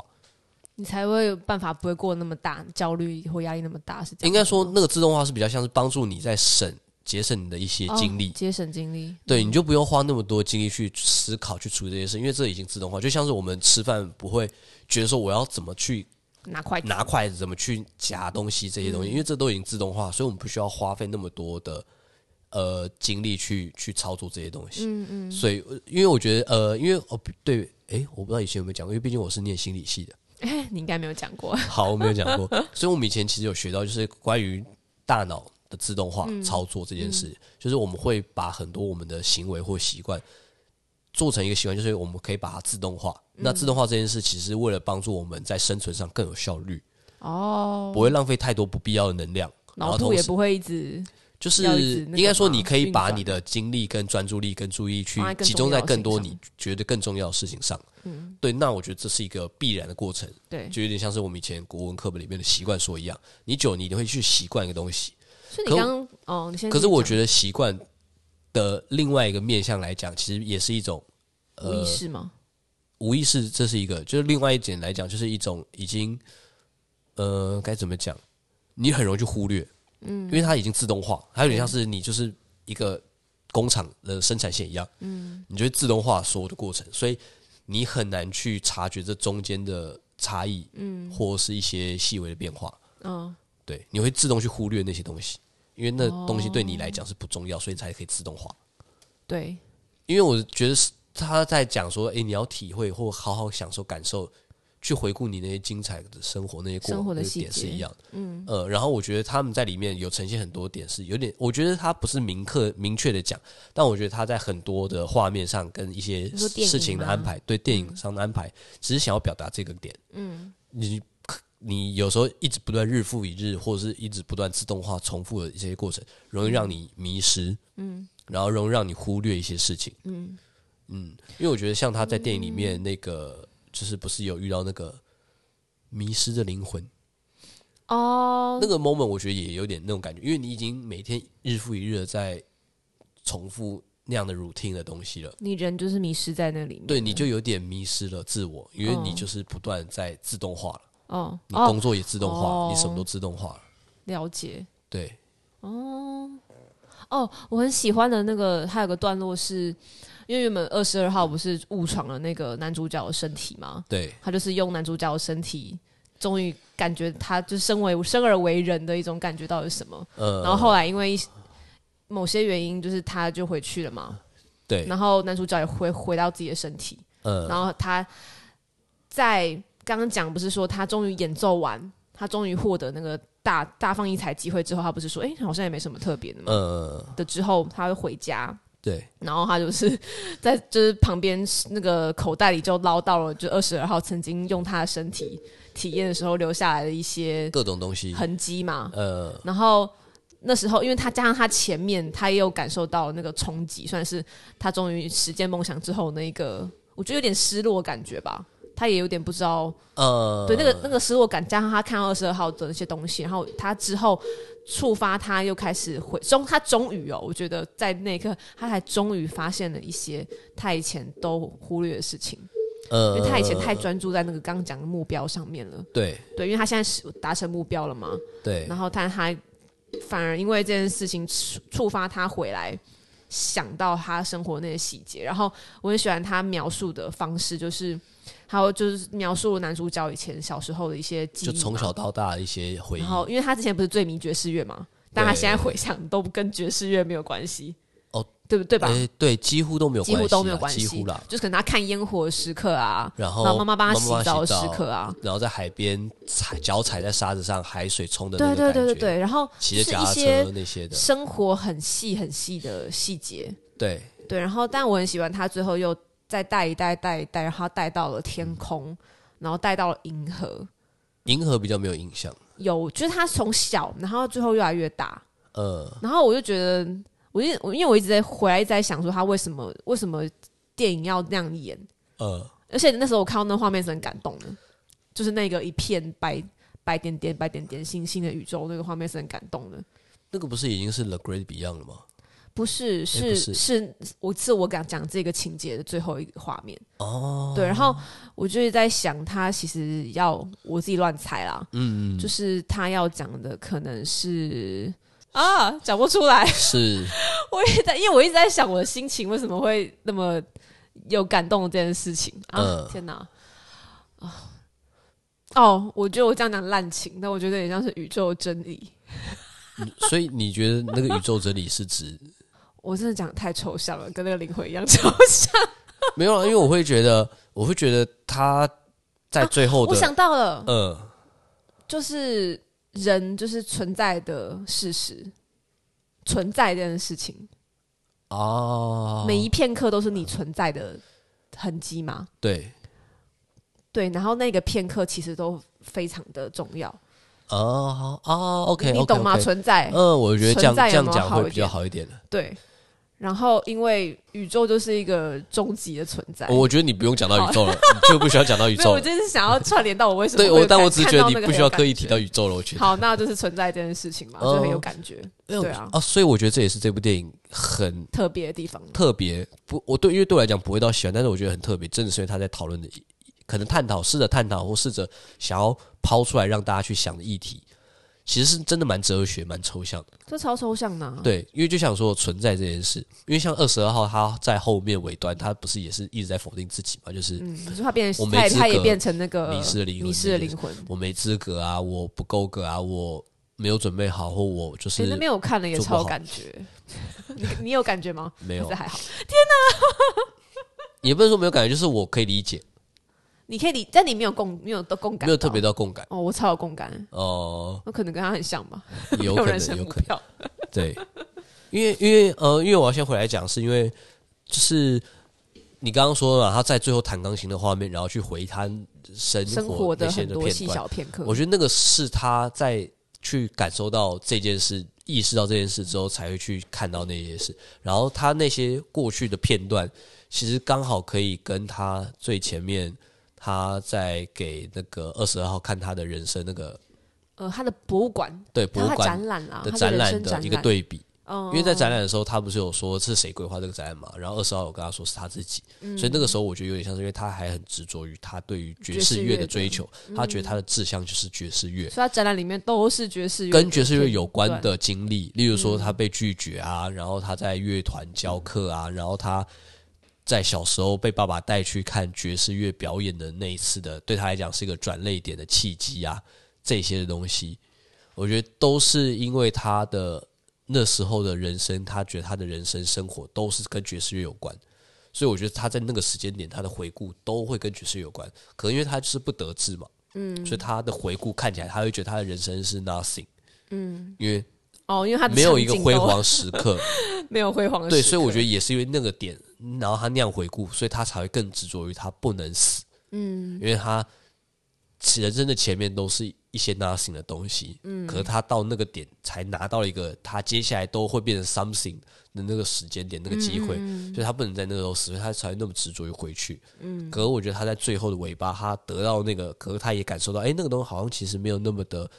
A: 你才会有办法不会过那么大焦虑或压力那么大，是这样吗。
B: 应该说那个自动化是比较像是帮助你在省节省你的一些精力
A: 哦，节省精力，
B: 对，你就不用花那么多精力去思考去处理这些事，因为这已经自动化。就像是我们吃饭不会觉得说我要怎么去
A: 拿筷子，
B: 拿筷子怎么去夹东西这些东西，因为这都已经自动化，所以我们不需要花费那么多的呃精力去去操作这些东西。嗯嗯。所以，呃因为我觉得呃，因为哦不对，诶，我不知道以前有没有讲过，因为毕竟我是念心理系的，
A: 你应该没有讲过。
B: 好，我没有讲 过，所以我们以前其实有学到就是关于大脑的自动化操作这件事，就是我们会把很多我们的行为或习惯。做成一个习惯，就是我们可以把它自动化。那自动化这件事，其实为了帮助我们在生存上更有效率。
A: 哦，
B: 不会浪费太多不必要的能量，然后
A: 脑部
B: 同
A: 也
B: 时
A: 不会一直
B: 就是
A: 要一直那个
B: 应该说
A: 嘛
B: 你可以
A: 运
B: 把
A: 转
B: 你的精力跟专注力跟注意去
A: 放在更
B: 集
A: 重
B: 中在
A: 要的
B: 更
A: 事
B: 多
A: 情
B: 你觉得更重要的事情上。嗯，对，那我觉得这是一个必然的过程，
A: 对，
B: 就有点像是我们以前国文课本里面的习惯说一样，你久了你会去习惯一个东西。
A: 所以
B: 可
A: 你刚刚哦，你先
B: 可是我
A: 讲
B: 觉得习惯的另外一个面向来讲，其实也是一种呃
A: 无意识吗？
B: 无意识，这是一个，就是另外一点来讲，就是一种已经，呃，该怎么讲？你很容易去忽略，嗯，因为它已经自动化，它有点像是你就是一个工厂的生产线一样，嗯，你就会自动化所有的过程，所以你很难去察觉这中间的差异，嗯，或是一些细微的变化，
A: 嗯，
B: 对，你会自动去忽略那些东西，因为那东西对你来讲是不重要，所以你才可以自动化。
A: 对，
B: 因为我觉得是他在讲说，诶，哎你要体会或好好享受、感受，去回顾你那些精彩的生活，那些过
A: 生活
B: 往
A: 的
B: 那些
A: 细
B: 点是
A: 节
B: 一样的。嗯，呃，然后我觉得他们在里面有呈现很多点是有点，我觉得他不是明刻明确的讲，但我觉得他在很多的画面上跟一些
A: 你说电影
B: 事情的
A: 吗
B: 安排，对电影上的安排，只是想要表达这个点。嗯，你。你有时候一直不断日复一日，或者是一直不断自动化重复的一些过程，容易让你迷失，嗯，然后容易让你忽略一些事情，嗯因为我觉得像他在电影里面那个，就是不是有遇到那个迷失的灵魂，
A: 哦，
B: 那个 moment 我觉得也有点那种感觉，因为你已经每天日复一日的在重复那样的 routine 的东西了，
A: 你人就是迷失在那里面，
B: 对，你就有点迷失了自我，因为你
A: 嗯
B: 就是不断在自动化了，
A: 哦
B: 你
A: 哦
B: 工，作也自动化，
A: 哦
B: 你什么都自动化了，
A: 了解
B: 对，
A: 哦哦，我很喜欢的那个，还有个段落是。因为原本二十二号不是误闯了那个男主角的身体吗？
B: 对，
A: 他就是用男主角的身体，终于感觉他就身为生而为人的一种感觉到底是什么。
B: 呃，
A: 然后后来因为一些某些原因，就是他就回去了嘛。
B: 对，
A: 然后男主角也回回到自己的身体，
B: 呃，
A: 然后他在刚刚讲不是说他终于演奏完，他终于获得那个大大放异彩机会之后，他不是说哎、诶好像也没什么特别的嘛。
B: 呃，
A: 的之后他会回家，
B: 对，
A: 然后他就是 在就是旁边那个口袋里就捞到了，就二十二号曾经用他的身体体验的时候留下来的一些
B: 各种东西，
A: 痕迹嗯嘛。
B: 呃，
A: 然后那时候，因为他加上他前面他也有感受到那个冲击，算是他终于实现梦想之后那一个，我觉得有点失落的感觉吧。他也有点不知道，
B: 呃，
A: 对那个那个失落感，加上他看到二十二号的那些东西，然后他之后触发他又开始回终，他终于哦，我觉得在那一刻他才终于发现了一些他以前都忽略的事情，因
B: 呃，
A: 为他以前太专注在那个刚刚讲的目标上面了，
B: 对
A: 对，因为他现在是达成目标了嘛，
B: 对
A: 然，后但他反而因为这件事情触触发他回来想到他生活那些细节，然后我很喜欢他描述的方式，就是还有就是描述男主角以前小时候的一些记忆
B: 就
A: 嘛，
B: 从小到大的一些回忆
A: 然，后因为他之前不是最迷爵士乐嘛，但他
B: 对
A: 现在回想都跟爵士乐没有关系
B: 哦，
A: 对不对吧？
B: 诶对，几乎都没有
A: 几
B: 关系啦，
A: 乎都没有关系，
B: 几乎啦。
A: 就是可能他看烟火的时刻啊，
B: 然
A: 然
B: 后
A: 后妈妈帮他洗澡的时刻啊，
B: 然后在海边踩脚踩在沙子上，海水冲的
A: 对
B: 那个
A: 对
B: 感
A: 对
B: 觉，
A: 对对，然后
B: 骑着
A: 是
B: 脚
A: 一
B: 踏
A: 些
B: 车那些的，
A: 生活很细很细的细节，
B: 对
A: 对，然后但我很喜欢他最后又再带一带带一带，然后带到了天空，然后带到了银河。
B: 银河比较没有印象，
A: 有，就是他从小，然后最后越来越大，
B: 呃，
A: 然后我就觉得，我因我因为我一直在回来一直在想说他为什么为什么电影要那样演，
B: 呃，
A: 而且那时候我看到那画面是很感动的，就是那个一片白白点点白点点星星的宇宙，那个画面是很感动的。
B: 那个不是已经是 The Great Beyond 了吗？
A: 不是，是、
B: 不
A: 是
B: 是
A: 我是我讲讲这个情节的最后一个画面。
B: 哦，
A: 对，然后我就是在想，他其实要我自己乱猜啦，
B: 嗯，嗯，
A: 就是他要讲的可能是啊，讲不出来。
B: 嗯是
A: 我也在，因为我一直在想我的心情为什么会那么有感动这件事情啊！
B: 嗯
A: 天哪啊！哦，我觉得我这样讲滥情，但我觉得也像是宇宙真理。
B: 所以你觉得那个宇宙真理是指
A: 我真的讲得太抽象了，跟那个灵魂一样抽象。
B: 没有啊？因为我会觉得，我会觉得他在最后
A: 啊我
B: 的，
A: 想到了，
B: 呃，
A: 就是人就是存在的事实，存在这件事情，
B: 哦，
A: 每一片刻都是你存在的痕迹嘛。
B: 对，
A: 对，然后那个片刻其实都非常的重要，
B: 哦，哦，OK，
A: 你懂吗？存在，
B: 嗯，我觉得这样
A: 存在
B: 这
A: 有
B: 样
A: 没有
B: 讲
A: 好
B: 会
A: 一
B: 比较
A: 点
B: 好一点的。
A: 对，然后因为宇宙就是一个终极的存在，
B: 我觉得你不用讲到宇宙了，你就不需要讲到宇
A: 没有，
B: 宙
A: 我
B: 了。
A: 就是想要串联到我为什么
B: 对，
A: 会
B: 我
A: 有
B: 但
A: 感
B: 我只是觉得
A: 看
B: 你
A: 到那个
B: 不需要
A: 很有
B: 刻意
A: 感
B: 提
A: 觉
B: 到宇宙了，我觉得。
A: 好，那就是存在这件事情嘛，
B: 哦
A: 就很有感觉，
B: 因为我
A: 对啊
B: 啊，所以我觉得这也是这部电影很
A: 特别的地方。
B: 特别。不，我对因为对我来讲不会到喜欢，但是我觉得很特别，正是因为他在讨论的，可能探讨，试着探讨或试着想要抛出来让大家去想的议题，其实是真的蛮哲学、蛮抽象的。
A: 这超抽象的、啊，
B: 对，因为就想说存在这件事，因为像二十二号他在后面尾端，他不是也是一直在否定自己嘛，就是
A: 嗯，就是他变
B: 我
A: 成，
B: 没
A: 他也
B: 资格
A: 他也变成那个
B: 迷失的灵魂
A: 迷失的灵魂。
B: 我没资格啊，我不够格啊，我没有准备好，或我就
A: 所
B: 是
A: 以那边我看了也
B: 做不
A: 超
B: 好
A: 有感觉， 你你有感觉吗？
B: 没
A: 还
B: 有
A: 是，还好，
B: 也不是说没有感觉，就是我可以理解，
A: 你可以理，但你没有共没有都共感，
B: 没有特别到共感。
A: 哦，我超有共感，
B: 哦、
A: 我可能跟他很像吧，
B: 有
A: 没
B: 可
A: 人
B: 能，
A: 生
B: 有
A: 股
B: 可能，
A: 票，
B: 对，因为因为呃，因为我要先回来讲，是因为就是你刚刚说了，他在最后弹钢琴的画面，然后去回他生
A: 生
B: 活
A: 活
B: 那
A: 的
B: 些
A: 很
B: 的
A: 多细
B: 片段，
A: 小片刻，
B: 我觉得那个是他在去感受到这件事、意识到这件事之后，才会去看到那些事。然后他那些过去的片段，其实刚好可以跟他最前面他在给那个二十二号看他的人生那个
A: 呃，他的博物馆，
B: 对博
A: 他
B: 物
A: 的
B: 馆
A: 展览啊，
B: 的
A: 他
B: 展
A: 人
B: 览
A: 生
B: 的
A: 展
B: 一个，对比。
A: 嗯
B: 因为在展览的时候，他不是有说是谁规划这个展览嘛？然后二十号有跟他说是他自己，所以那个时候我觉得有点像是因为他还很执着于他对于爵士乐的追求，他觉得他的志向就是爵士乐，
A: 所以他展览里面都是爵士乐，
B: 跟爵士乐有关的经历，例如说他被拒绝啊，然后他在乐团教课啊，然后他在小时候被爸爸带去看爵士乐表演的那一次的，对他来讲是一个转泪点的契机啊，这些的东西，我觉得都是因为他的那时候的人生，他觉得他的人生生活都是跟爵士乐有关。所以我觉得他在那个时间点，他的回顾都会跟爵士乐有关。可能因为他就是不得志嘛，嗯，所以他的回顾看起来，他会觉得他的人生是 nothing，嗯，因为
A: 哦，因为他的
B: 没有一个
A: 场景
B: 辉
A: 都
B: 煌 时刻，
A: 没有辉煌的
B: 对，
A: 时
B: 所以我
A: 刻
B: 觉得也是因为那个点，然后他那样回顾，所以他才会更执着于他不能死，嗯，因为他人生的前面都是一些 nothing 的东西，嗯，可是他到那个点才拿到了一个他接下来都会变成 something 的那个时间点那个机会，
A: 嗯
B: 所以他不能在那个时候死，所以他才会那么执着于回去，嗯，可是我觉得他在最后的尾巴，他得到那个，可是他也感受到，哎，那个东西好像其实没有那么的。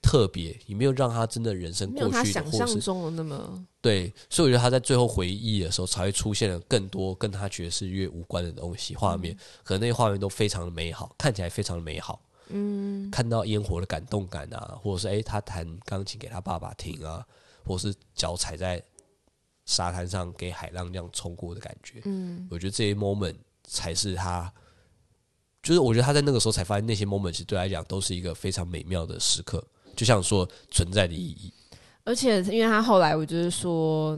B: 特别，也没有让他真的人生
A: 没
B: 过
A: 有他
B: 去的，
A: 想
B: 或
A: 象
B: 是
A: 中的那么
B: 对，所以我觉得他在最后回忆的时候，才会出现了更多跟他爵士乐无关的东西画面，可能那些画面都非常的美好，看起来非常的美好。嗯，看到烟火的感动感啊，或者是诶，他弹钢琴给他爸爸听啊，或者是脚踩在沙滩上给海浪这样冲过的感觉。嗯，我觉得这些 moment 才是他，就是我觉得他在那个时候才发现那些 moment 其实对他来讲都是一个非常美妙的时刻，就像说存在的意义。
A: 而且因为他后来，我就是说，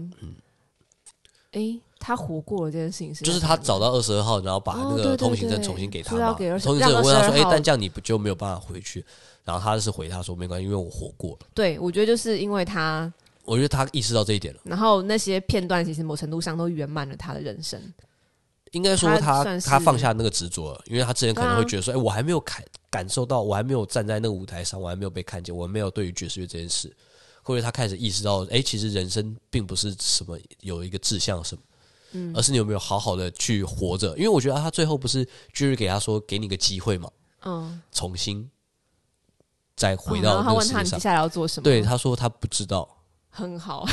A: 诶，他活过了这件事情是
B: 嗯就是
A: 在
B: 他
A: 哪里
B: 找到二十二号，然后把那
A: 哦对对
B: 个通行证
A: 对
B: 重新给他
A: 说要
B: 嘛。
A: 给22
B: 通行证我问他
A: 让
B: 说：“
A: 22
B: 哎、
A: 号
B: 但这样你不就没有办法回去？”然后他是回他说：“没关系，因为我活过了。
A: 对我觉得就是因为他，”
B: 我觉得他意识到这一点了。
A: 然后那些片段其实某程度上都圆满了他的人生。
B: 应该说
A: 他
B: 他
A: 算是啊
B: 他放下那个执着了，因为他之前可能会觉得说，哎、我还没有感感受到，我还没有站在那个舞台上，我还没有被看见，我没有对于爵士乐这件事，或者他开始意识到，哎、其实人生并不是什么有一个志向什么。
A: 嗯
B: 而是你有没有好好的去活着？因为我觉得他最后不是就是给他说给你个机会嘛，
A: 嗯，
B: 重新再回
A: 嗯然
B: 到
A: 后他
B: 那个
A: 问
B: 世
A: 他
B: 界
A: 你接
B: 上。
A: 下来要做什么，
B: 对，，他说他不知道，
A: 很好，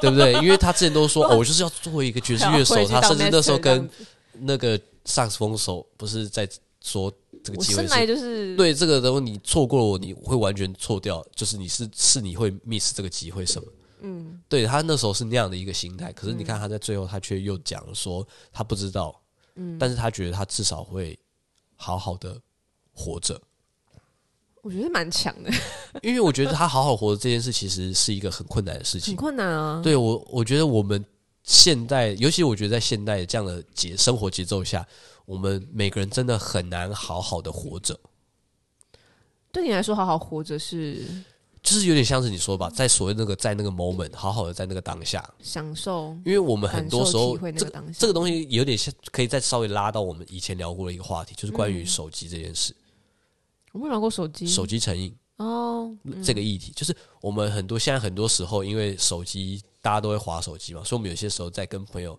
B: 对不对？因为他之前都 说哦，我就是要作为一个爵士乐
A: 回
B: 手，
A: 去
B: 他
A: 当
B: 甚至那时候
A: master 这
B: 跟
A: 样子
B: 那个萨克斯风手不是在说这个
A: 我
B: 机
A: 生
B: 会
A: 来
B: 是。
A: 就是，
B: 对这个，然后你错过了我，你会完全错掉，就是你是是你会 miss 这个机会什么？嗯，对他那时候是那样的一个心态，可
A: 嗯
B: 是你看他在最后，他却又讲说他不知道，嗯，但是他觉得他至少会好好的活着，
A: 我觉得蛮强的，
B: 因为我觉得他好好活着这件事其实是一个很困难的事
A: 很
B: 情，
A: 困难啊。
B: 对我，我觉得我们现代，尤其我觉得在现代这样的节生活节奏下，我们每个人真的很难好好的活着，
A: 对你来说，好好活着是
B: 就是有点像是你说吧，在所谓那个在那个 moment，好好的在那个当下，
A: 享受，
B: 因为我们很
A: 感
B: 多
A: 受、
B: 时候
A: 体会那
B: 这
A: 个
B: 个
A: 当下。
B: 这个东西有点像，可以再稍微拉到我们以前聊过的一个话题，就是关
A: 嗯
B: 于手机这件事，
A: 我们聊过手机，
B: 手机成瘾
A: 哦，
B: 这个议题，就是我们很多现在很多时候因为手机大家都会划手机嘛，所以我们有些时候在跟朋友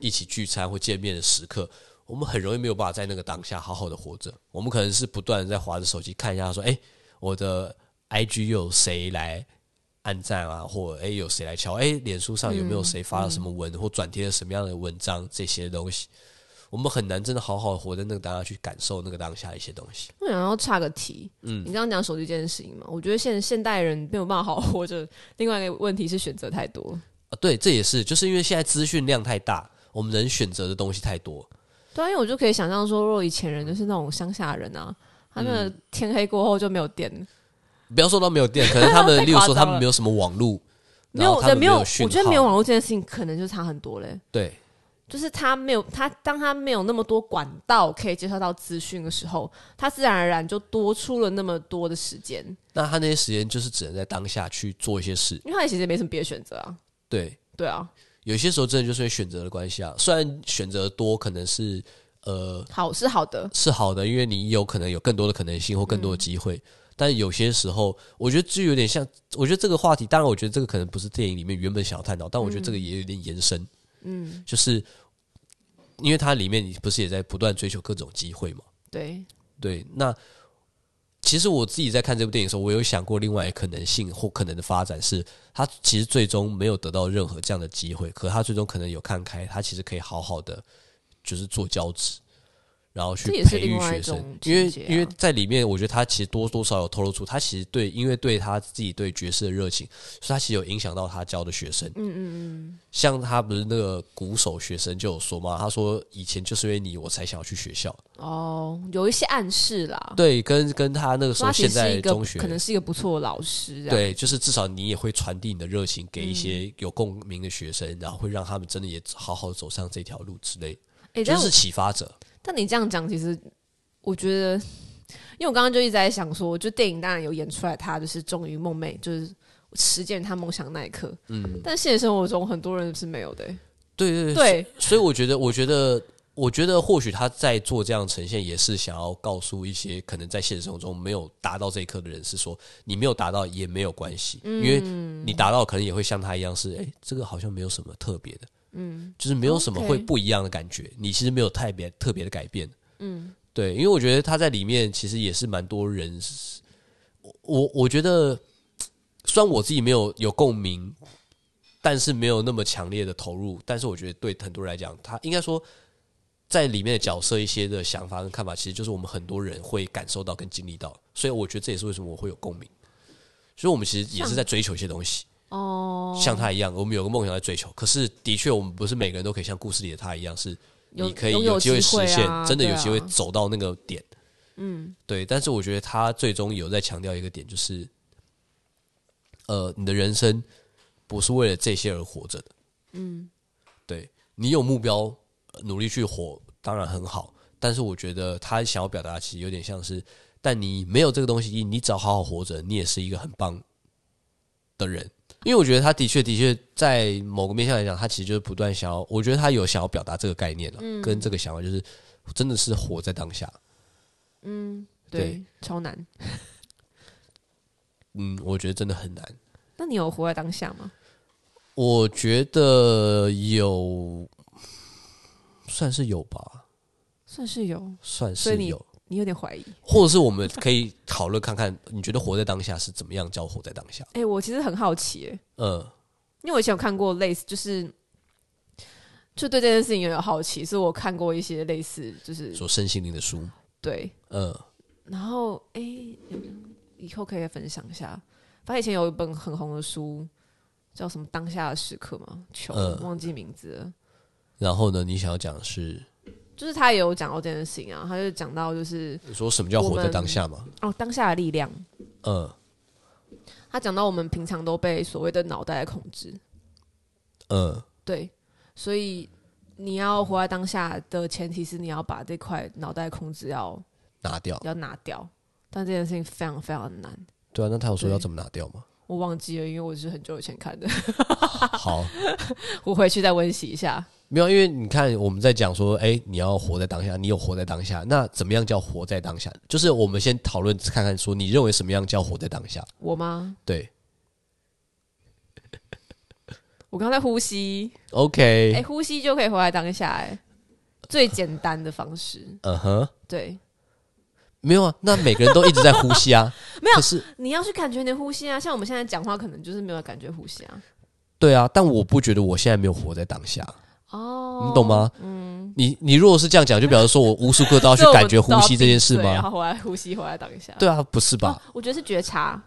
B: 一起聚餐或见面的时刻，我们很容易没有办法在那个当下好好的活着。我们可能是不断的在划着手机看一下，说：“哎、我的 IG 又有谁来按赞啊？或哎、诶有谁来敲？哎、脸书上有没有谁发了什么文、或转贴了什么样的文章？这些东西，我们很难真的好好地活在那个当下去感受那个当下的一些东西。
A: 我想要岔个题，嗯，你刚刚讲手机这件事情嘛，我觉得现现代人没有办法好好活着。另外一个问题是选择太多，
B: 啊，对，这也是，就是因为现在资讯量太大，我们能选择的东西太多。
A: 对啊，因为我就可以想象说，如果以前人就是那种乡下人啊，他们
B: 嗯
A: 天黑过后就没有电，
B: 不要说到没有电，可能他们，
A: 太
B: 例如
A: 夸
B: 说
A: 张
B: 他们
A: 了
B: 没有什么网络，
A: 没
B: 然后
A: 有
B: 他们
A: 没有，
B: 讯
A: 我觉得
B: 号
A: 没有网络这件事情可能就差很多嘞。
B: 对，
A: 就是他没有他，当他没有那么多管道可以接收到资讯的时候，他自然而然就多出了那么多的时间，
B: 那他那些时间就是只能在当下去做一些事。
A: 因为他其实也没什么别的选择啊。
B: 对，
A: 对啊，
B: 有些时候真的就是因为选择的关系啊，虽然选择多可能是呃
A: 好是好的，
B: 是好的，因为你有可能有更多的可能性或更多的机会。但有些时候，我觉得就有点像，我觉得这个话题，当然，我觉得这个可能不是电影里面原本想要探讨，但我觉得这个也有点延伸，嗯，就是因为它里面你不是也在不断追求各种机会嘛？
A: 对，
B: 对，那其实我自己在看这部电影的时候，我有想过另外一个可能性或可能的发展是，他其实最终没有得到任何这样的机会，可他最终可能有看开，他其实可以好好的就是做教职，然后去
A: 这也是
B: 培育
A: 另外一
B: 学生，
A: 种
B: 因为
A: 境界啊
B: 因为在里面，我觉得他其实多多少少有透露出他其实对因为对他自己对爵士的热情，所以他其实有影响到他教的学生，
A: 嗯嗯嗯，
B: 像他不是那个鼓手学生就有说嘛，他说以前就是因为你我才想要去学校，
A: 哦，有一些暗示啦。
B: 对，跟跟他那个时
A: 说
B: 候
A: 他其
B: 现
A: 实是
B: 在
A: 一个
B: 中学
A: 可能是一个不错的老师，这样，嗯
B: 对，就是至少你也会传递你的热情给一些有共鸣的学生，然后会让他们真的也好好走上这条路之类，
A: 哎、
B: 就
A: 但我
B: 是启发者。
A: 但你这样讲，其实我觉得，因为我刚刚就一直在想说，就电影当然有演出来，他就是终于梦寐，就是实践他梦想那一刻。嗯，但现实生活中很多人是没有的、欸
B: 对对对，
A: 对，
B: 所以我觉得，我觉得，我觉得，或许他在做这样的呈现，也是想要告诉一些可能在现实生活中没有达到这一刻的人，是说你没有达到也没有关系，因为
A: 嗯
B: 你达到可能也会像他一样是，哎、这个好像没有什么特别的，嗯，就是没有什么
A: OK
B: 会不一样的感觉，你其实没有特别特别的改变，嗯，对，因为我觉得他在里面其实也是蛮多人是，我我我觉得。虽然我自己没有有共鸣，但是没有那么强烈的投入。但是我觉得对很多人来讲，他应该说在里面的角色一些的想法跟看法，其实就是我们很多人会感受到跟经历到。所以我觉得这也是为什么我会有共鸣。所以我们其实也是在追求一些东西，
A: 哦，
B: 像他一样，我们有个梦想在追求。可是的确，我们不是每个人都可以像故事里的他一样，是
A: 有
B: 你可以
A: 拥
B: 有
A: 有
B: 机会实现，
A: 啊、
B: 真的有
A: 对啊
B: 机会走到那个点。嗯，对。但是我觉得他最终有在强调一个点，就是，呃，你的人生不是为了这些而活着的。嗯，对你有目标，呃努力去活，当然很好。但是我觉得他想要表达，其实有点像是，但你没有这个东西，你只要好好活着，你也是一个很棒的人。因为我觉得他的确的确在某个面向来讲，他其实就是不断想要，我觉得他有想要表达这个概念了、
A: 嗯
B: 跟这个想法就是真的是活在当下。
A: 嗯对，
B: 对
A: 超难。
B: 嗯，我觉得真的很难。
A: 那你有活在当下吗？
B: 我觉得有，算是有吧，
A: 算是有，
B: 算
A: 所以
B: 是有，
A: 你有点怀疑。
B: 或者是我们可以讨论看看，你觉得活在当下是怎么样叫活在当下？
A: 哎、我其实很好奇、欸，
B: 嗯，
A: 因为我以前有看过类似，就是就对这件事情也有好奇，所以我看过一些类似，就是
B: 说身心灵的书，
A: 对，
B: 嗯，
A: 然后哎、诶以后可以分享一下。反正以前有一本很红的书，叫什么《当下的时刻》嘛，球、
B: 嗯
A: 忘记名字了。
B: 然后呢，你想要讲的是
A: 就是他也有讲到这件事情啊，他就讲到就是
B: 说什么叫活在当下吗？
A: 哦，当下的力量。
B: 嗯
A: 他讲到我们平常都被所谓的脑袋控制，
B: 嗯，
A: 对，所以你要活在当下的前提是你要把这块脑袋控制要
B: 拿掉。
A: 要拿掉，但这件事情非常非常难，
B: 对啊，那他有说
A: 对
B: 要怎么拿掉吗？
A: 我忘记了，因为我是很久以前看的，
B: 好，
A: 我回去再温习一下。
B: 没有，因为你看我们在讲说，哎、你要活在当下，你有活在当下，那怎么样叫活在当下？就是我们先讨论看看，说你认为什么样叫活在当下？
A: 我吗？
B: 对
A: 我刚才呼吸，
B: ，OK，
A: 哎、呼吸就可以活在当下、哎，最简单的方式，
B: 嗯哼，
A: 对，
B: 没有啊，那每个人都一直在呼吸啊，
A: 没有
B: 可是
A: 你要去感觉你的呼吸啊，像我们现在讲话，可能就是没有感觉呼吸啊。
B: 对啊，但我不觉得我现在没有活在当下，
A: 哦，
B: 你懂？吗？嗯，你你如果是这样讲，就表示说我无时刻都要去
A: 所以我
B: 感觉呼
A: 都要
B: 吸这件事
A: 闭嘴然
B: 吗？
A: 后活在呼吸，活在当下。
B: 对啊，不是吧？
A: 我觉得是觉察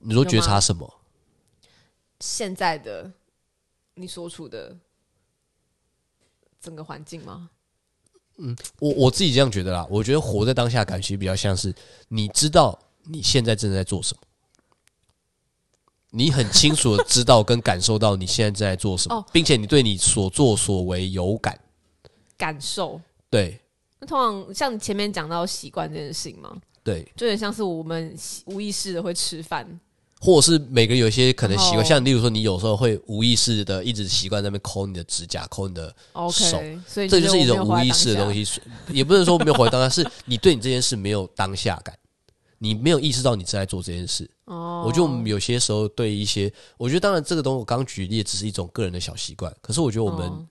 B: 你说
A: 哦有
B: 觉
A: 吗
B: 察什么？
A: 现在的你所处的整个环境吗？
B: 我我自己这样觉得啦，我觉得活在当下感觉比较像是你知道你现在正在做什么，你很清楚的知道跟感受到你现在正在做什么，
A: 哦
B: 并且你对你所作所为有感。
A: 感受。
B: 对
A: 那通常像你前面讲到习惯这件事情嘛，
B: 对，
A: 就有点像是我们无意识的会吃饭，
B: 或者是每个人有一些可能习惯，
A: 哦
B: 像例如说你有时候会无意识的一直习惯在那边抠你的指甲，抠你的，手
A: OK，所以
B: 这就是一
A: 我没
B: 种
A: 有活
B: 无
A: 在
B: 意识的
A: 当
B: 东
A: 下。
B: 西，是也不能说没有活在当下， 是你对你这件事没有当下感，你没有意识到你正在做这件事。
A: 哦，
B: 我觉得我们有些时候对一些，我觉得当然这个东西我刚举例只是一种个人的小习惯，可是我觉得我们、
A: 哦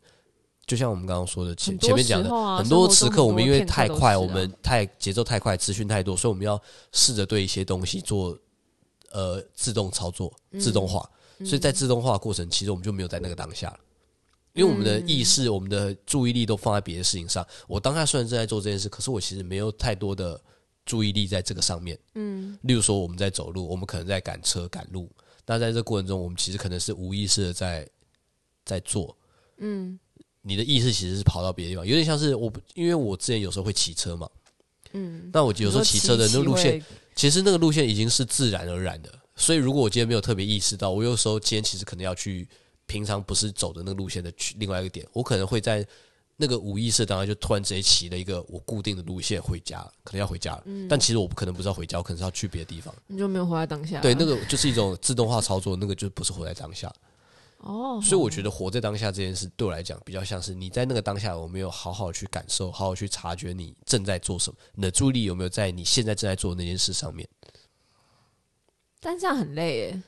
B: 就像我们刚刚说的前
A: 很多
B: 前面讲的
A: 时候啊
B: 很
A: 生活
B: 多
A: 中
B: 时
A: 很
B: 刻，
A: 多
B: 我们因为
A: 片刻
B: 太
A: 都
B: 快，
A: 是
B: 我
A: 啊
B: 们太节奏太快，资讯太多，所以我们要试着对一些东西做呃自动操作、
A: 嗯
B: 自动化。所以在自动化的过程，其实我们就没有在那个当下了。因为我们的意
A: 嗯
B: 识、我们的注意力都放在别的事情上。我当下虽然正在做这件事，可是我其实没有太多的注意力在这个上面。嗯，例如说我们在走路，我们可能在赶车、赶路。那在这过程中，我们其实可能是无意识的在在做，你的意识其实是跑到别的地方，有点像是我不，因为我之前有时候会骑车嘛，嗯，那我有时候骑车的那个路线，其实那个路线已经是自然而然的，所以如果我今天没有特别意识到，我有时候今天其实可能要去平常不是走的那个路线的去另外一个点，我可能会在那个无意识当中就突然直接骑了一个我固定的路线回家，可能要回家了，但其实我不可能不是要回家，我可能是要去别的地方。
A: 你就没有活在当下。
B: 对，那个就是一种自动化操作，那个就不是活在当下。
A: 哦，
B: 所以我觉得活在当下这件事对我来讲，比较像是你在那个当下有没有好好去感受，好好去察觉你正在做什么，你的注意力有没有在你现在正在做的那件事上面。
A: 但这样很累耶，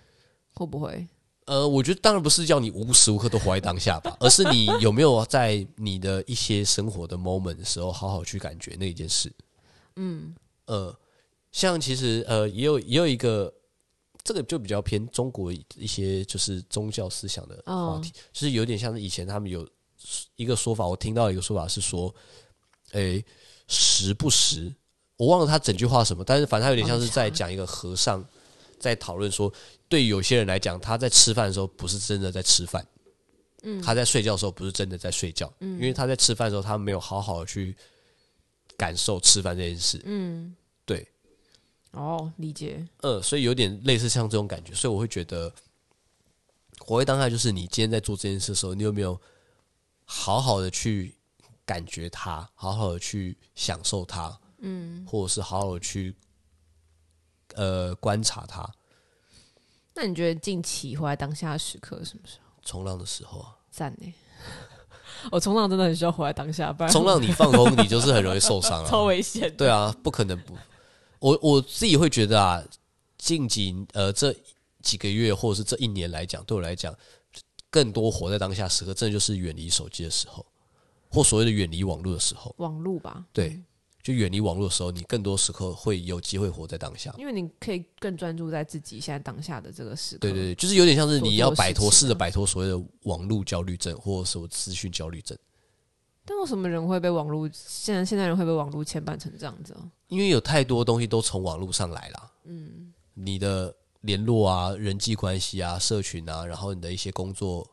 A: 会不会？
B: 呃，我觉得当然不是叫你无时无刻都活在当下吧，而是你有没有在你的一些生活的 moment 的时候，好好去感觉那一件事。嗯，呃，像其实呃，也有也有一个，这个就比较偏中国一些就是宗教思想的话题，就是有点像是以前他们有一个说法，我听到一个说法是说，诶、时哎不时，我忘了他整句话是什么，但是反正他有点像是在讲一个和尚在讨论说，对于有些人来讲，他在吃饭的时候不是真的在吃饭，嗯，他在睡觉的时候不是真的在睡觉，嗯，因为他在吃饭的时候，他没有好好地去感受吃饭这件事，
A: 嗯，
B: 对，
A: 哦，理解。
B: 嗯，所以有点类似像这种感觉，所以我会觉得，活在当下就是你今天在做这件事的时候，你有没有好好的去感觉它，好好的去享受它，嗯，或者是好好的去呃观察它。
A: 那你觉得近期活在当下的时刻是什么时候？
B: 冲浪的时候 啊，
A: 赞呢、我冲浪真的很需要活在当下，不然
B: 冲浪你放空，你就是很容易受 伤
A: 超
B: 啊。
A: 危 险。
B: 对啊，不可能不。我我自己会觉得啊，近几呃这几个月或者是这一年来讲，对我来讲，更多活在当下时刻，真的就是远离手机的时候，或所谓的远离网络的时候。
A: 网路吧，
B: 对，就远离网络的时候，你更多时刻会有机会活在当下。
A: 因为你可以更专注在自己现在当下的这个时刻。
B: 对对对，就是有点像是
A: 做
B: 你
A: 多
B: 要
A: 事
B: 摆脱，
A: 情
B: 试着
A: 啊
B: 摆脱所谓的网络焦虑症，或者什么资讯焦虑症。
A: 但为什么人会被网络现在现在人会被网络牵绊成这样子、啊？
B: 因为有太多东西都从网络上来啦。嗯，你的联络啊、人际关系啊、社群啊，然后你的一些工作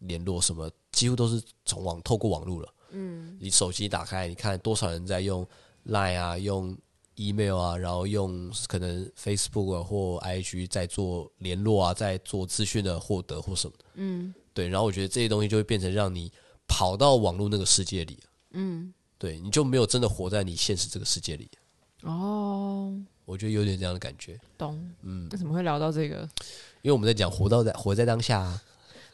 B: 联络什么，几乎都是从网透过网络了。嗯，你手机打开，你看多少人在用 Line 啊、用 email 啊，然后用可能 Facebook 啊或 IG 在做联络啊，在做资讯的获得或什么的。嗯，对。然后我觉得这些东西就会变成让你跑到网络那个世界里。嗯，对，你就没有真的活在你现实这个世界里。
A: 哦，
B: 我觉得有点这样的感觉，
A: 懂。嗯，那怎么会聊到这个？
B: 因为我们在讲活到在活在当下、啊，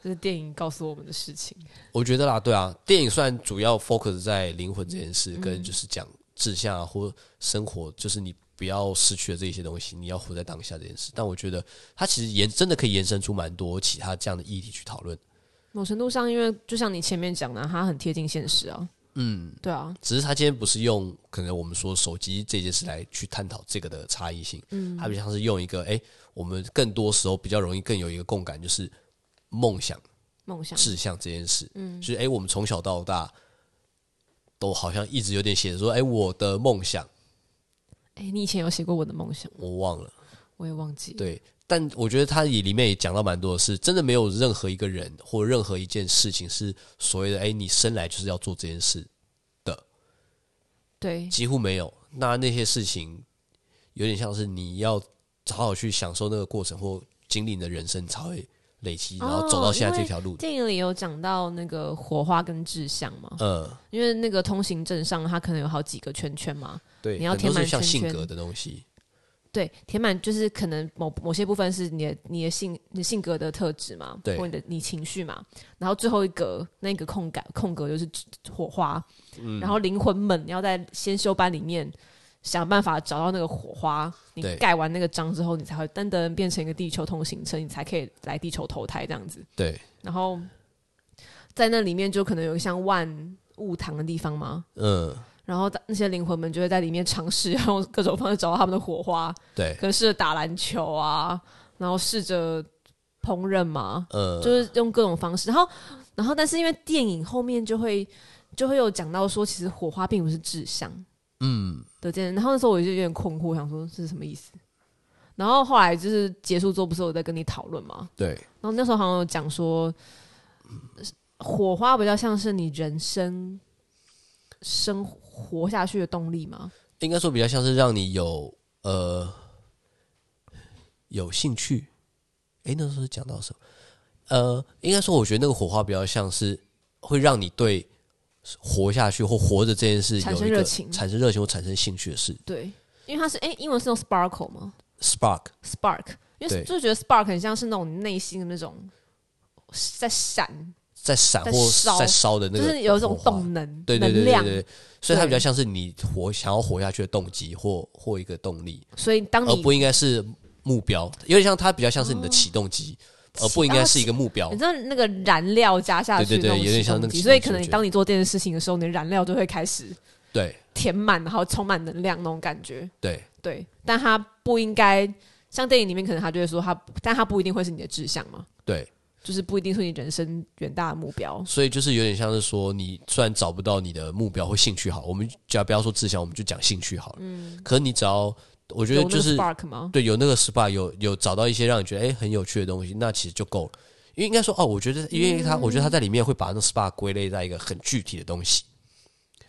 A: 这是电影告诉我们的事情。
B: 我觉得啦，对啊，电影虽然主要 focus 在灵魂这件事，跟就是讲志向啊或生活，就是你不要失去了这一些东西，你要活在当下这件事。但我觉得它其实延真的可以延伸出蛮多其他这样的议题去讨论，
A: 某程度上，因为就像你前面讲的，啊它很贴近现实啊。嗯，对啊，
B: 只是它今天不是用可能我们说手机这件事来去探讨这个的差异性，嗯，它比较像是用一个哎、我们更多时候比较容易更有一个共感，就是梦想。
A: 梦想
B: 志向这件事，嗯，就是哎、诶我们从小到大都好像一直有点写着说，哎、我的梦想
A: 哎、你以前有写过我的梦想，
B: 我忘了，
A: 我也忘记。
B: 对，但我觉得他也里面也讲到蛮多的事，真的没有任何一个人或任何一件事情是所谓的哎、诶你生来就是要做这件事，
A: 对
B: 几乎没有。那那些事情有点像是你要好好去享受那个过程或经历你的人生，才会累积，然后走
A: 哦
B: 到现在这条路。
A: 电影里有讲到那个火花跟志向嘛，
B: 嗯，
A: 因为那个通行证上它可能有好几个圈圈嘛，
B: 对，
A: 你要
B: 很多
A: 填满
B: 是像
A: 圈
B: 性
A: 圈
B: 格的东西，
A: 对，填满就是可能某某些部分是你的你的性你的性格的特质嘛，
B: 对
A: 或你的你情绪嘛，然后最后一格那个空格空格就是火花，
B: 嗯
A: 然后灵魂们你要在先修班里面想办法找到那个火花，你
B: 对
A: 盖完那个章之后，你才会噔噔变成一个地球通行车，你才可以来地球投胎这样子，
B: 对，
A: 然后在那里面就可能有一个像万物堂的地方嘛，
B: 嗯，
A: 然后那些灵魂们就会在里面尝试要用各种方式找到他们的火花。
B: 对，
A: 可能试着打篮球啊，然后试着烹饪嘛，
B: 嗯，
A: 就是用各种方式。然后，然后但是因为电影后面就会就会有讲到说，其实火花并不是志向，嗯，的这件。然后那时候我就有点困惑，想说这是什么意思。然后后来就是结束之后，不是我在跟你讨论嘛？
B: 对。
A: 然后那时候好像有讲说，火花比较像是你人生生活下去的动力嘛？
B: 应该说比较像是让你有呃有兴趣。诶，那时候讲到什么？呃，应该说，我觉得那个火花比较像是会让你对活下去或活着这件事
A: 产
B: 有
A: 生
B: 一个
A: 热情
B: 产生热情或产生兴趣的事。
A: 对，因为它是哎、英文是用 sparkle 吗？
B: Spark，
A: spark，因
B: 对
A: 为就觉得 spark 很像是那种内心的那种在闪，
B: 在闪
A: 在
B: 或
A: 烧
B: 在烧的那
A: 就
B: 个，
A: 是有一种动。能、
B: 对对对
A: 能
B: 对
A: 量。
B: 对，所以它
A: 对
B: 比较像是你活想要活下去的动机或或一个动力，
A: 所以当
B: 而
A: 你哦
B: 不应该是目标。有点像它比较像是你的启动机，而不应该是一个目标
A: 你。知道那个燃料加下去
B: 对对
A: 那
B: 对
A: 种
B: 有点像那个
A: 启动剂
B: 启动
A: 所以可能
B: 我
A: 你
B: 觉得
A: 当你做这件事情的时候，你的燃料就会开始
B: 对
A: 填满，然后充满能量那种感觉。
B: 对，
A: 对，但它不应该像电影里面可能他就会说它，但它不一定会是你的志向嘛，
B: 对，
A: 就是不一定是你人生远大的目标。
B: 所以就是有点像是说，你虽然找不到你的目标或兴趣好，我们只要不要说志向，我们就讲兴趣好了。嗯，可你只要我觉得
A: 有那
B: 就
A: 个
B: 是
A: spark 吗？
B: 对有那个 SPA 有有找到一些让你觉得哎、诶很有趣的东西，那其实就够了。因为应该说哦，我觉得因为他，我觉得他在里面会把那个 SPA 归类在一个很具体的东西。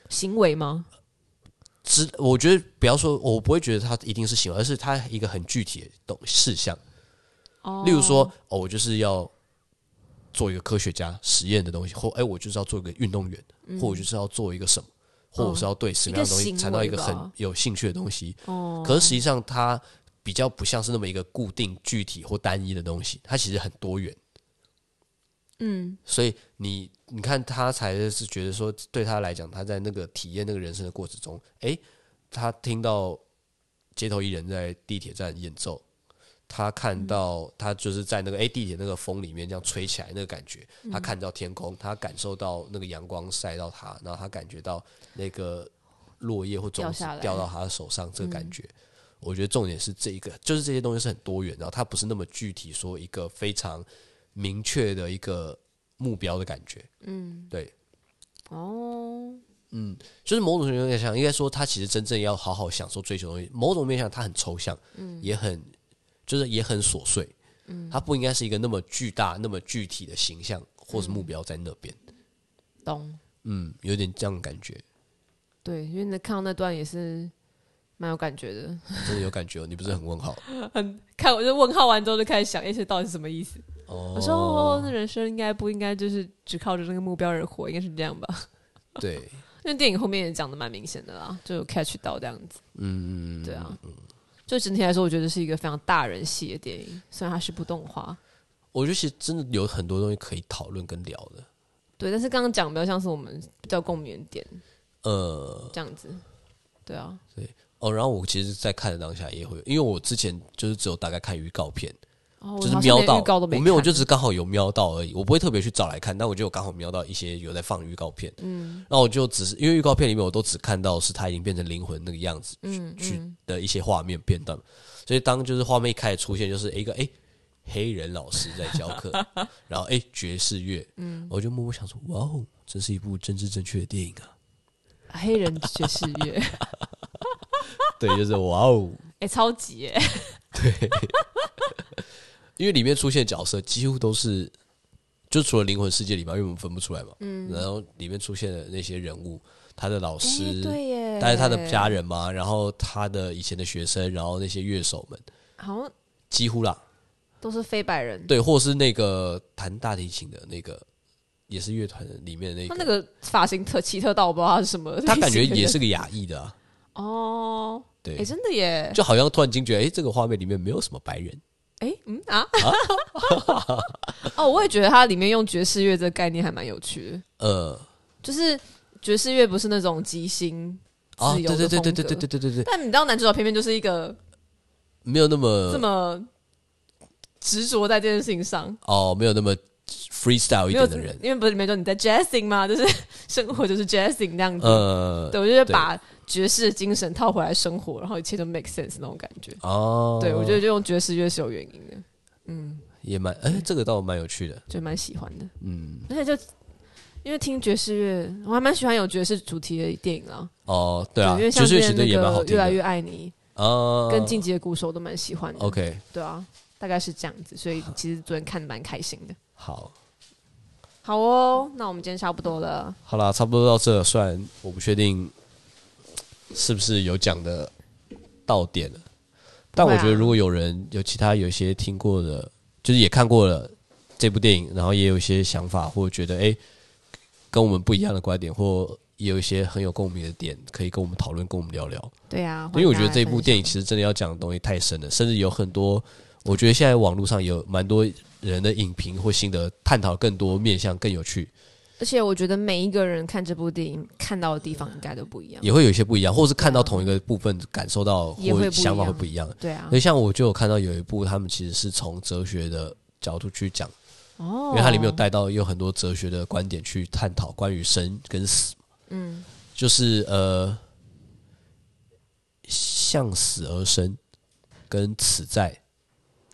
A: 行为吗？
B: 之，我觉得不要说，我不会觉得它一定是行为，而是它一个很具体的东事项。
A: 哦
B: 例如说，哦，我就是要做一个科学家实验的东西，或哎、我就是要做一个运动员，或我就是要做一个什么，或我是要对什么样的东
A: 嗯哦一
B: 西
A: 个行为
B: 产到一个很
A: 吧
B: 有兴趣的东西。
A: 哦，
B: 可是实际上，它比较不像是那么一个固定、具体或单一的东西，它其实很多元。
A: 嗯，
B: 所以你你看他才是觉得说，对他来讲，他在那个体验那个人生的过程中，诶，他听到街头艺人在地铁站演奏，他
A: 嗯
B: 看到他就是在那个诶哎地铁那个风里面这样吹起来那个感觉，
A: 嗯
B: 他看到天空，他感受到那个阳光晒到他，然后他感觉到那个落叶或种
A: 掉
B: 子
A: 下来嗯
B: 掉到他的手上这个感觉。我觉得重点是这一个，就是这些东西是很多元，然后它不是那么具体，说一个非常明确的一个目标的感觉。嗯，对，
A: 哦，
B: 就是某种程度上，应该说他其实真正要好好享受追求的东西，某种面向它很抽象，嗯，也很就是也很琐碎，嗯，它不应该是一个那么巨大、那么具体的形象或是目标在那边，
A: 懂。
B: 嗯，有点这样的感觉，
A: 对，因为你看到那段也是蛮有感觉的。
B: 真的有感觉哦。你不是很问 号？
A: 看，我就问号完之后就开始想，哎，这到底是什么意思？
B: 哦
A: 我说，哦，那人生应该不应该就是只靠着那个目标而活，应该是这样吧？
B: 对，
A: 那电影后面也讲的蛮明显的啦，就有 catch 到这样子。
B: 嗯，
A: 对啊，就整体来说，我觉得是一个非常大人系的电影，虽然它是部动画。
B: 我觉得其实真的有很多东西可以讨论跟聊的。
A: 对，但是刚刚讲比较像是我们比较共鸣的点
B: 呃，
A: 这样子，对啊，
B: 哦，然后我其实，在看的当下也会，因为我之前就是只有大概看预告片，
A: 然后
B: 就是瞄到，
A: 预告都没
B: 我
A: 看，
B: 没有，我就只是刚好有瞄到而已，我不会特别去找来看，但我就有刚好瞄到一些有在放预告片，嗯，然后我就只是因为预告片里面我都只看到是他已经变成灵魂那个样子，
A: 嗯
B: 去
A: 嗯，
B: 的一些画面片段，所以当就是画面一开始出现，就是诶一个诶黑人老师在教 课，然后诶爵士乐，嗯，我就默默想说，哇哦，真是一部政治正确的电影啊，
A: 黑人爵士乐， 哎、
B: 对，就是哇哦，
A: 超级哎、
B: 因为里面出现的角色几乎都是，就除了灵魂世界里面，因为我们分不出来嘛。嗯。然后里面出现的那些人物，他的老师，
A: 哎对耶，
B: 但是他的家人嘛，然后他的以前的学生，然后那些乐手们，
A: 好像
B: 几乎啦，
A: 都是非白人，
B: 对，或是那个弹大提琴的那个，也是乐团里面的那
A: 他
B: 个，
A: 那个发型特奇特到我不知道他是什么类型的
B: 他
A: 人，
B: 感觉也是个亚裔的啊，
A: 哦，
B: 对
A: 哎、，真的耶，
B: 就好像突然惊觉，哎，这个画面里面没有什么白人，
A: 哎、嗯啊，
B: 啊
A: 哦，我也觉得它里面用爵士乐这个概念还蛮有趣的，
B: 呃，
A: 就是爵士乐不是那种即兴。
B: 啊，
A: 自
B: 对
A: 由的
B: 对对对
A: 风
B: 对对
A: 格
B: 对对对对，
A: 但你知道男主角偏偏就是一个
B: 没有那
A: 这
B: 么
A: 么执着在这件事情上，
B: 哦，没有那么 freestyle 一
A: 没有
B: 点的人，
A: 因为不是里面说你在 jazzing 吗？就是 生活就是 jazzing 那样子。
B: 呃，
A: 嗯对，我就是
B: 对
A: 把爵士精神套回来生活，然后一切都 make sense 那种感觉。
B: 哦，
A: 对，我觉得就用爵士乐是有原因的，嗯，
B: 也蛮，哎、这个倒蛮有趣的，
A: 就蛮喜欢的。
B: 嗯，
A: 而且就因为听爵士乐，我还蛮喜欢有爵士主题的电影啊。
B: 哦，对啊，
A: 因为像
B: 爵
A: 之
B: 士乐其
A: 前
B: 实也
A: 那
B: 蛮好
A: 个
B: 听
A: 越
B: 的，
A: 来越爱你
B: 啊，
A: 跟进击的鼓手都蛮喜欢的。
B: OK，
A: 对啊，大概是这样子，所以其实昨天看的蛮开心的。
B: 好，
A: 好哦，那我们今天差不多了。
B: 好啦，差不多到这，虽然我不确定是不是有讲的到点了，但
A: 不
B: 我
A: 会啊
B: 觉得如果有人有其他有一些听过的，就是也看过了这部电影，然后也有一些想法或觉得哎、跟我们不一样的观点，或也有一些很有共鸣的点，可以跟我们讨论，跟我们聊聊。
A: 对啊，
B: 因为我觉得这部电
A: 影
B: 影其实真的要讲的东西太深了，甚至有很多，我觉得现在网络上有蛮多人的影评或心得，探讨更多面向更有趣，
A: 而且我觉得每一个人看这部电影看到的地方应该都不一样。
B: 也会有一些不一样，或是看到同一个部分感受到
A: 也会不一
B: 或
A: 样
B: 想法会不一样。
A: 对啊
B: 所，以像我就有看到有一部，他们其实是从哲学的角度去讲，
A: 哦，
B: 因为它里面有带到有很多哲学的观点去探讨关于生跟死，
A: 嗯，
B: 就是呃，向死而生跟此在。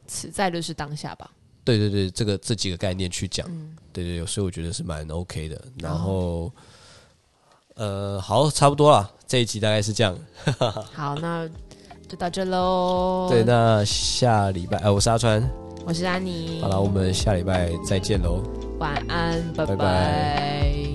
A: 此在就是当下吧。
B: 对对对，这个这几个概念去讲，
A: 嗯
B: 对对对，所以我觉得是蛮 OK 的。然后，呃，好，差不多了，这一集大概是这样。
A: 好，那就到这喽。
B: 对，那下礼拜，呃，我是阿川，
A: 我是安妮。
B: 好了，我们下礼拜再见喽。
A: 晚安，
B: 拜
A: 拜
B: 拜
A: 拜